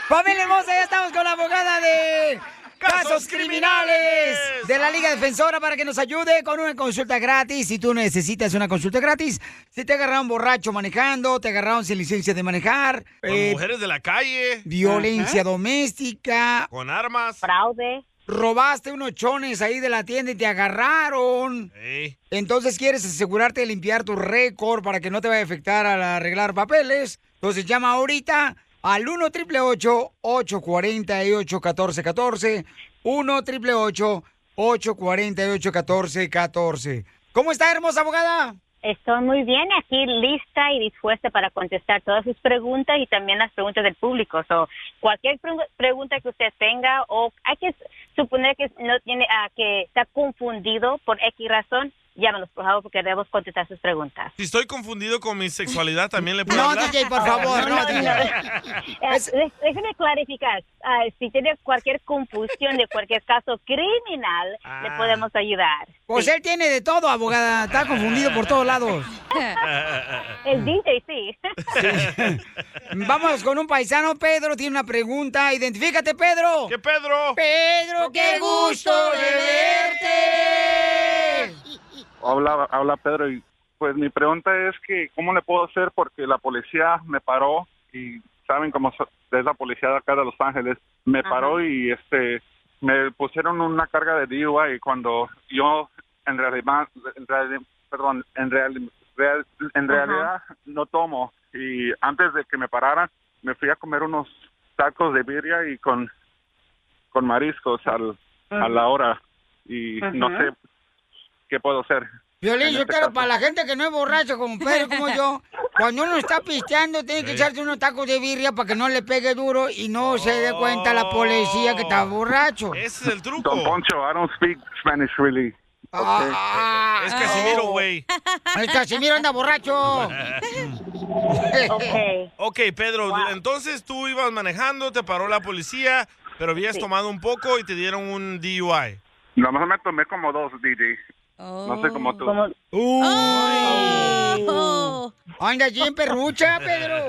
S3: Familia hermosa, ya estamos con la abogada de
S1: Casos
S3: casos criminales
S1: Criminales.
S3: de la Liga Defensora para que nos ayude con una consulta gratis. Si tú necesitas una consulta gratis, si te agarraron borracho manejando, te agarraron sin licencia de manejar,
S1: Con
S3: eh,
S1: mujeres de la calle.
S3: violencia
S1: Ajá.
S3: doméstica,
S1: Con armas.
S15: Fraude.
S3: robaste unos chones ahí de la tienda y te agarraron.
S1: Ey.
S3: Entonces quieres asegurarte de limpiar tu récord para que no te vaya a afectar al arreglar papeles. Entonces llama ahorita al 1 888 848 1414 1 888 848 1414 ¿Cómo está, hermosa abogada?
S11: Estoy muy bien aquí, lista y dispuesta para contestar todas sus preguntas y también las preguntas del público. So, cualquier pregu- pregunta que usted tenga o hay que suponer que no tiene ah, que está confundido por X razón, llámanos por favor porque debemos contestar sus preguntas.
S1: Si estoy confundido con mi sexualidad, también le puedo
S11: No,
S1: hablar.
S11: DJ, por
S1: (laughs)
S11: favor, no, DJ. Eh, dé- Déjeme clarificar, ah, si tiene cualquier confusión de cualquier caso criminal, le podemos ayudar.
S3: Ah. Pues él tiene de todo, abogada. Está confundido por todos
S1: (laughs)
S3: lados.
S11: (laughs) El DJ, sí.
S3: Vamos con un paisano, Pedro tiene una pregunta. Identifícate, Pedro. ¿Qué
S1: Pedro?
S3: Pedro, qué gusto de verte.
S20: (laughs) Habla, habla Pedro y pues mi pregunta es que cómo le puedo hacer porque la policía me paró y saben cómo so- es la policía de acá de Los Ángeles me
S11: Ajá.
S20: paró y este me pusieron una carga de DUI y cuando yo en realidad en reali- perdón en reali- real- en
S11: Ajá.
S20: realidad no tomo y antes de que me pararan me fui a comer unos tacos de birria y con con mariscos al, a la hora y
S29: Ajá.
S20: no sé qué puedo hacer.
S3: Violín,
S20: en
S3: yo
S20: este
S3: claro,
S20: caso.
S3: para la gente que no es borracho como Pedro, como yo, cuando uno está pisteando, tiene que
S20: Sí.
S3: echarse unos tacos de birria para que no le pegue duro y no se dé cuenta la policía que está borracho.
S1: Ese es el truco.
S20: Don Poncho, I don't speak Spanish really.
S3: Ah,
S20: Es Casimiro, güey.
S3: Es Casimiro anda borracho.
S1: (laughs) ok, Pedro, entonces tú ibas manejando, te paró la policía, pero habías tomado un poco y te dieron un DUI.
S20: Nomás me tomé como dos, DJ. No sé
S30: Oh.
S20: cómo tú.
S3: Anda allí en perrucha, Pedro.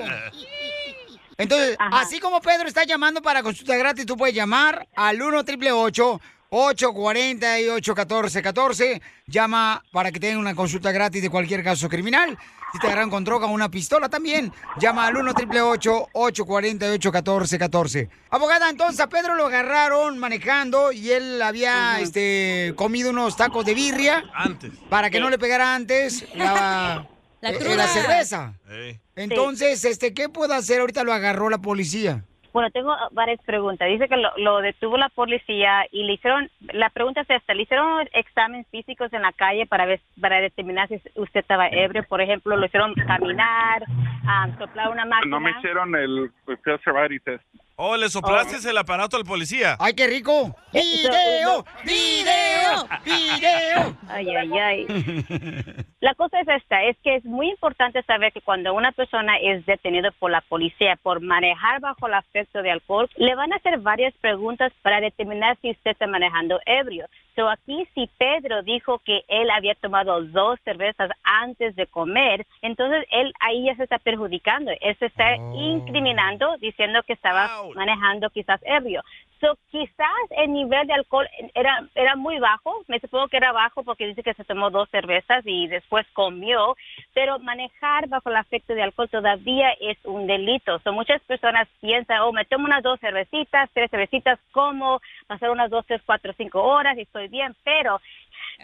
S3: Entonces, así como Pedro está llamando para consulta gratis, tú puedes llamar al 1 888 848 1414 Llama para que tengan una consulta gratis de cualquier caso criminal. Si te agarran con droga o una pistola también, llama al 1 888 848 1414 Abogada, entonces a Pedro lo agarraron manejando y él había este, comido unos tacos de birria. Antes. Para que no le pegara antes la,
S30: Eh. (laughs) La
S3: eh,
S30: cruda.
S3: la cerveza.
S1: Ey.
S3: Entonces, este, ¿qué puedo hacer? Ahorita lo agarró la policía.
S11: Bueno, tengo ah, varias preguntas. Dice que lo, lo detuvo la policía y le hicieron, la pregunta es esta, ¿le hicieron exámenes físicos en la calle para ver, para determinar si usted estaba ebrio? Por ejemplo, lo hicieron caminar, ah, soplar una máquina.
S20: No me hicieron el el field sobriety test.
S1: Oh, le soplaste el aparato al policía.
S3: ¡Ay, qué rico!
S11: ¡Video!
S3: ¡Video! ¡Video!
S11: eh, Ay, ay, ay. La cosa es esta, es que es muy importante saber que cuando una persona es detenida por la policía por manejar bajo el afecto de alcohol, le van a hacer varias preguntas para determinar si usted está manejando ebrio. So aquí si Pedro dijo que él había tomado dos cervezas antes de comer, entonces él ahí ya se está perjudicando, él se está incriminando diciendo que estaba manejando quizás ebrio. So, quizás el nivel de alcohol era, era muy bajo, me supongo que era bajo porque dice que se tomó dos cervezas y después comió, pero manejar bajo el afecto de alcohol todavía es un delito. So, muchas personas piensan, oh, me tomo unas dos cervecitas, tres cervecitas, como, pasar unas dos, tres, cuatro, cinco horas y estoy bien, pero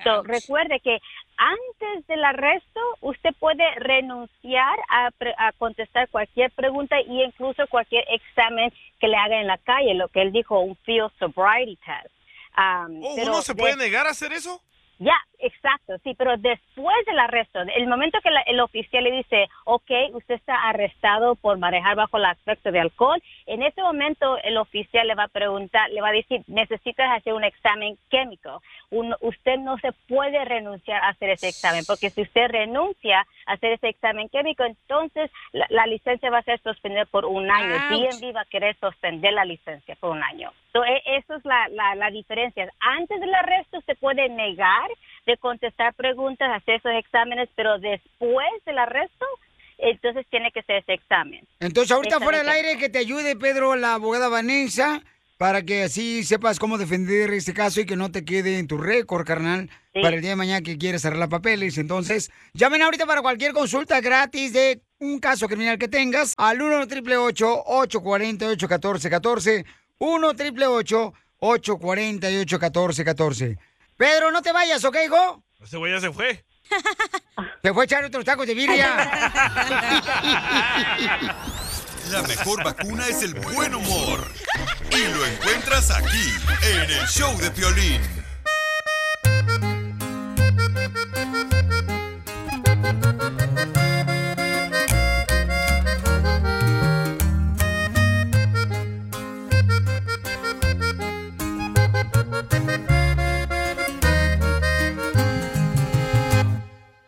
S11: so, recuerde que antes del arresto usted puede renunciar a, pre- a contestar cualquier pregunta y incluso cualquier examen que le hagan en la calle, lo que él dijo, un field sobriety test. Um,
S1: Oh,
S11: pero
S1: ¿Uno se puede
S11: de-
S1: negar a hacer eso?
S11: ya, exacto, sí, pero después del arresto, el momento que la- el oficial le dice, ok, usted está arrestado por manejar bajo el aspecto de alcohol, en ese momento el oficial le va a preguntar, le va a decir, necesitas hacer un examen químico. Uno- usted no se puede renunciar a hacer ese examen, porque si usted renuncia a hacer ese examen químico, entonces la, la licencia va a ser suspendida por un año.
S21: Ouch.
S11: DMV va a querer suspender la licencia por un año. So, e- eso es la, la, la diferencia. Antes del arresto se puede negar de contestar preguntas, hacer esos exámenes, pero después del arresto, entonces tiene que ser ese examen.
S3: Entonces, ahorita
S11: Esa
S3: fuera
S11: es
S3: del
S11: la-
S3: aire que te ayude, Pedro, la abogada Vanessa, para que así sepas cómo defender este caso y que no te quede en tu récord, carnal, para el día de mañana que quieres arreglar papeles. Entonces, llamen ahorita para cualquier consulta gratis de un caso criminal que tengas al 1 888 848 1414 1 888 848 1414 Pedro, no te vayas, ¿ok, hijo?
S1: Ese güey ya se fue.
S3: Te voy a echar otros tacos de birria.
S8: La mejor vacuna es el buen humor. Y lo encuentras aquí, en el show de Piolín.
S1: (laughs)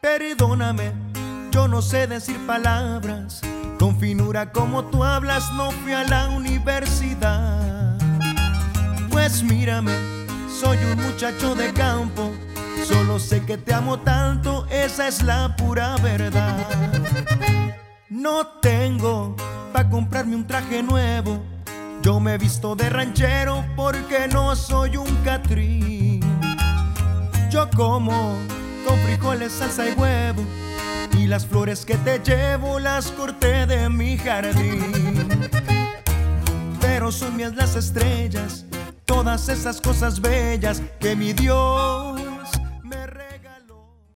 S21: Perdóname, yo no sé decir palabras. Con finura como tú hablas, no fui a la universidad. Pues mírame, soy un muchacho de campo. Solo sé que te amo tanto, esa es la pura verdad. No tengo para comprarme un traje nuevo. Yo me he visto de ranchero porque no soy un catrín. Yo como con frijoles, salsa y huevo. Y las flores que te llevo las corté de mi jardín. Pero son mías las estrellas, todas esas cosas bellas que mi Dios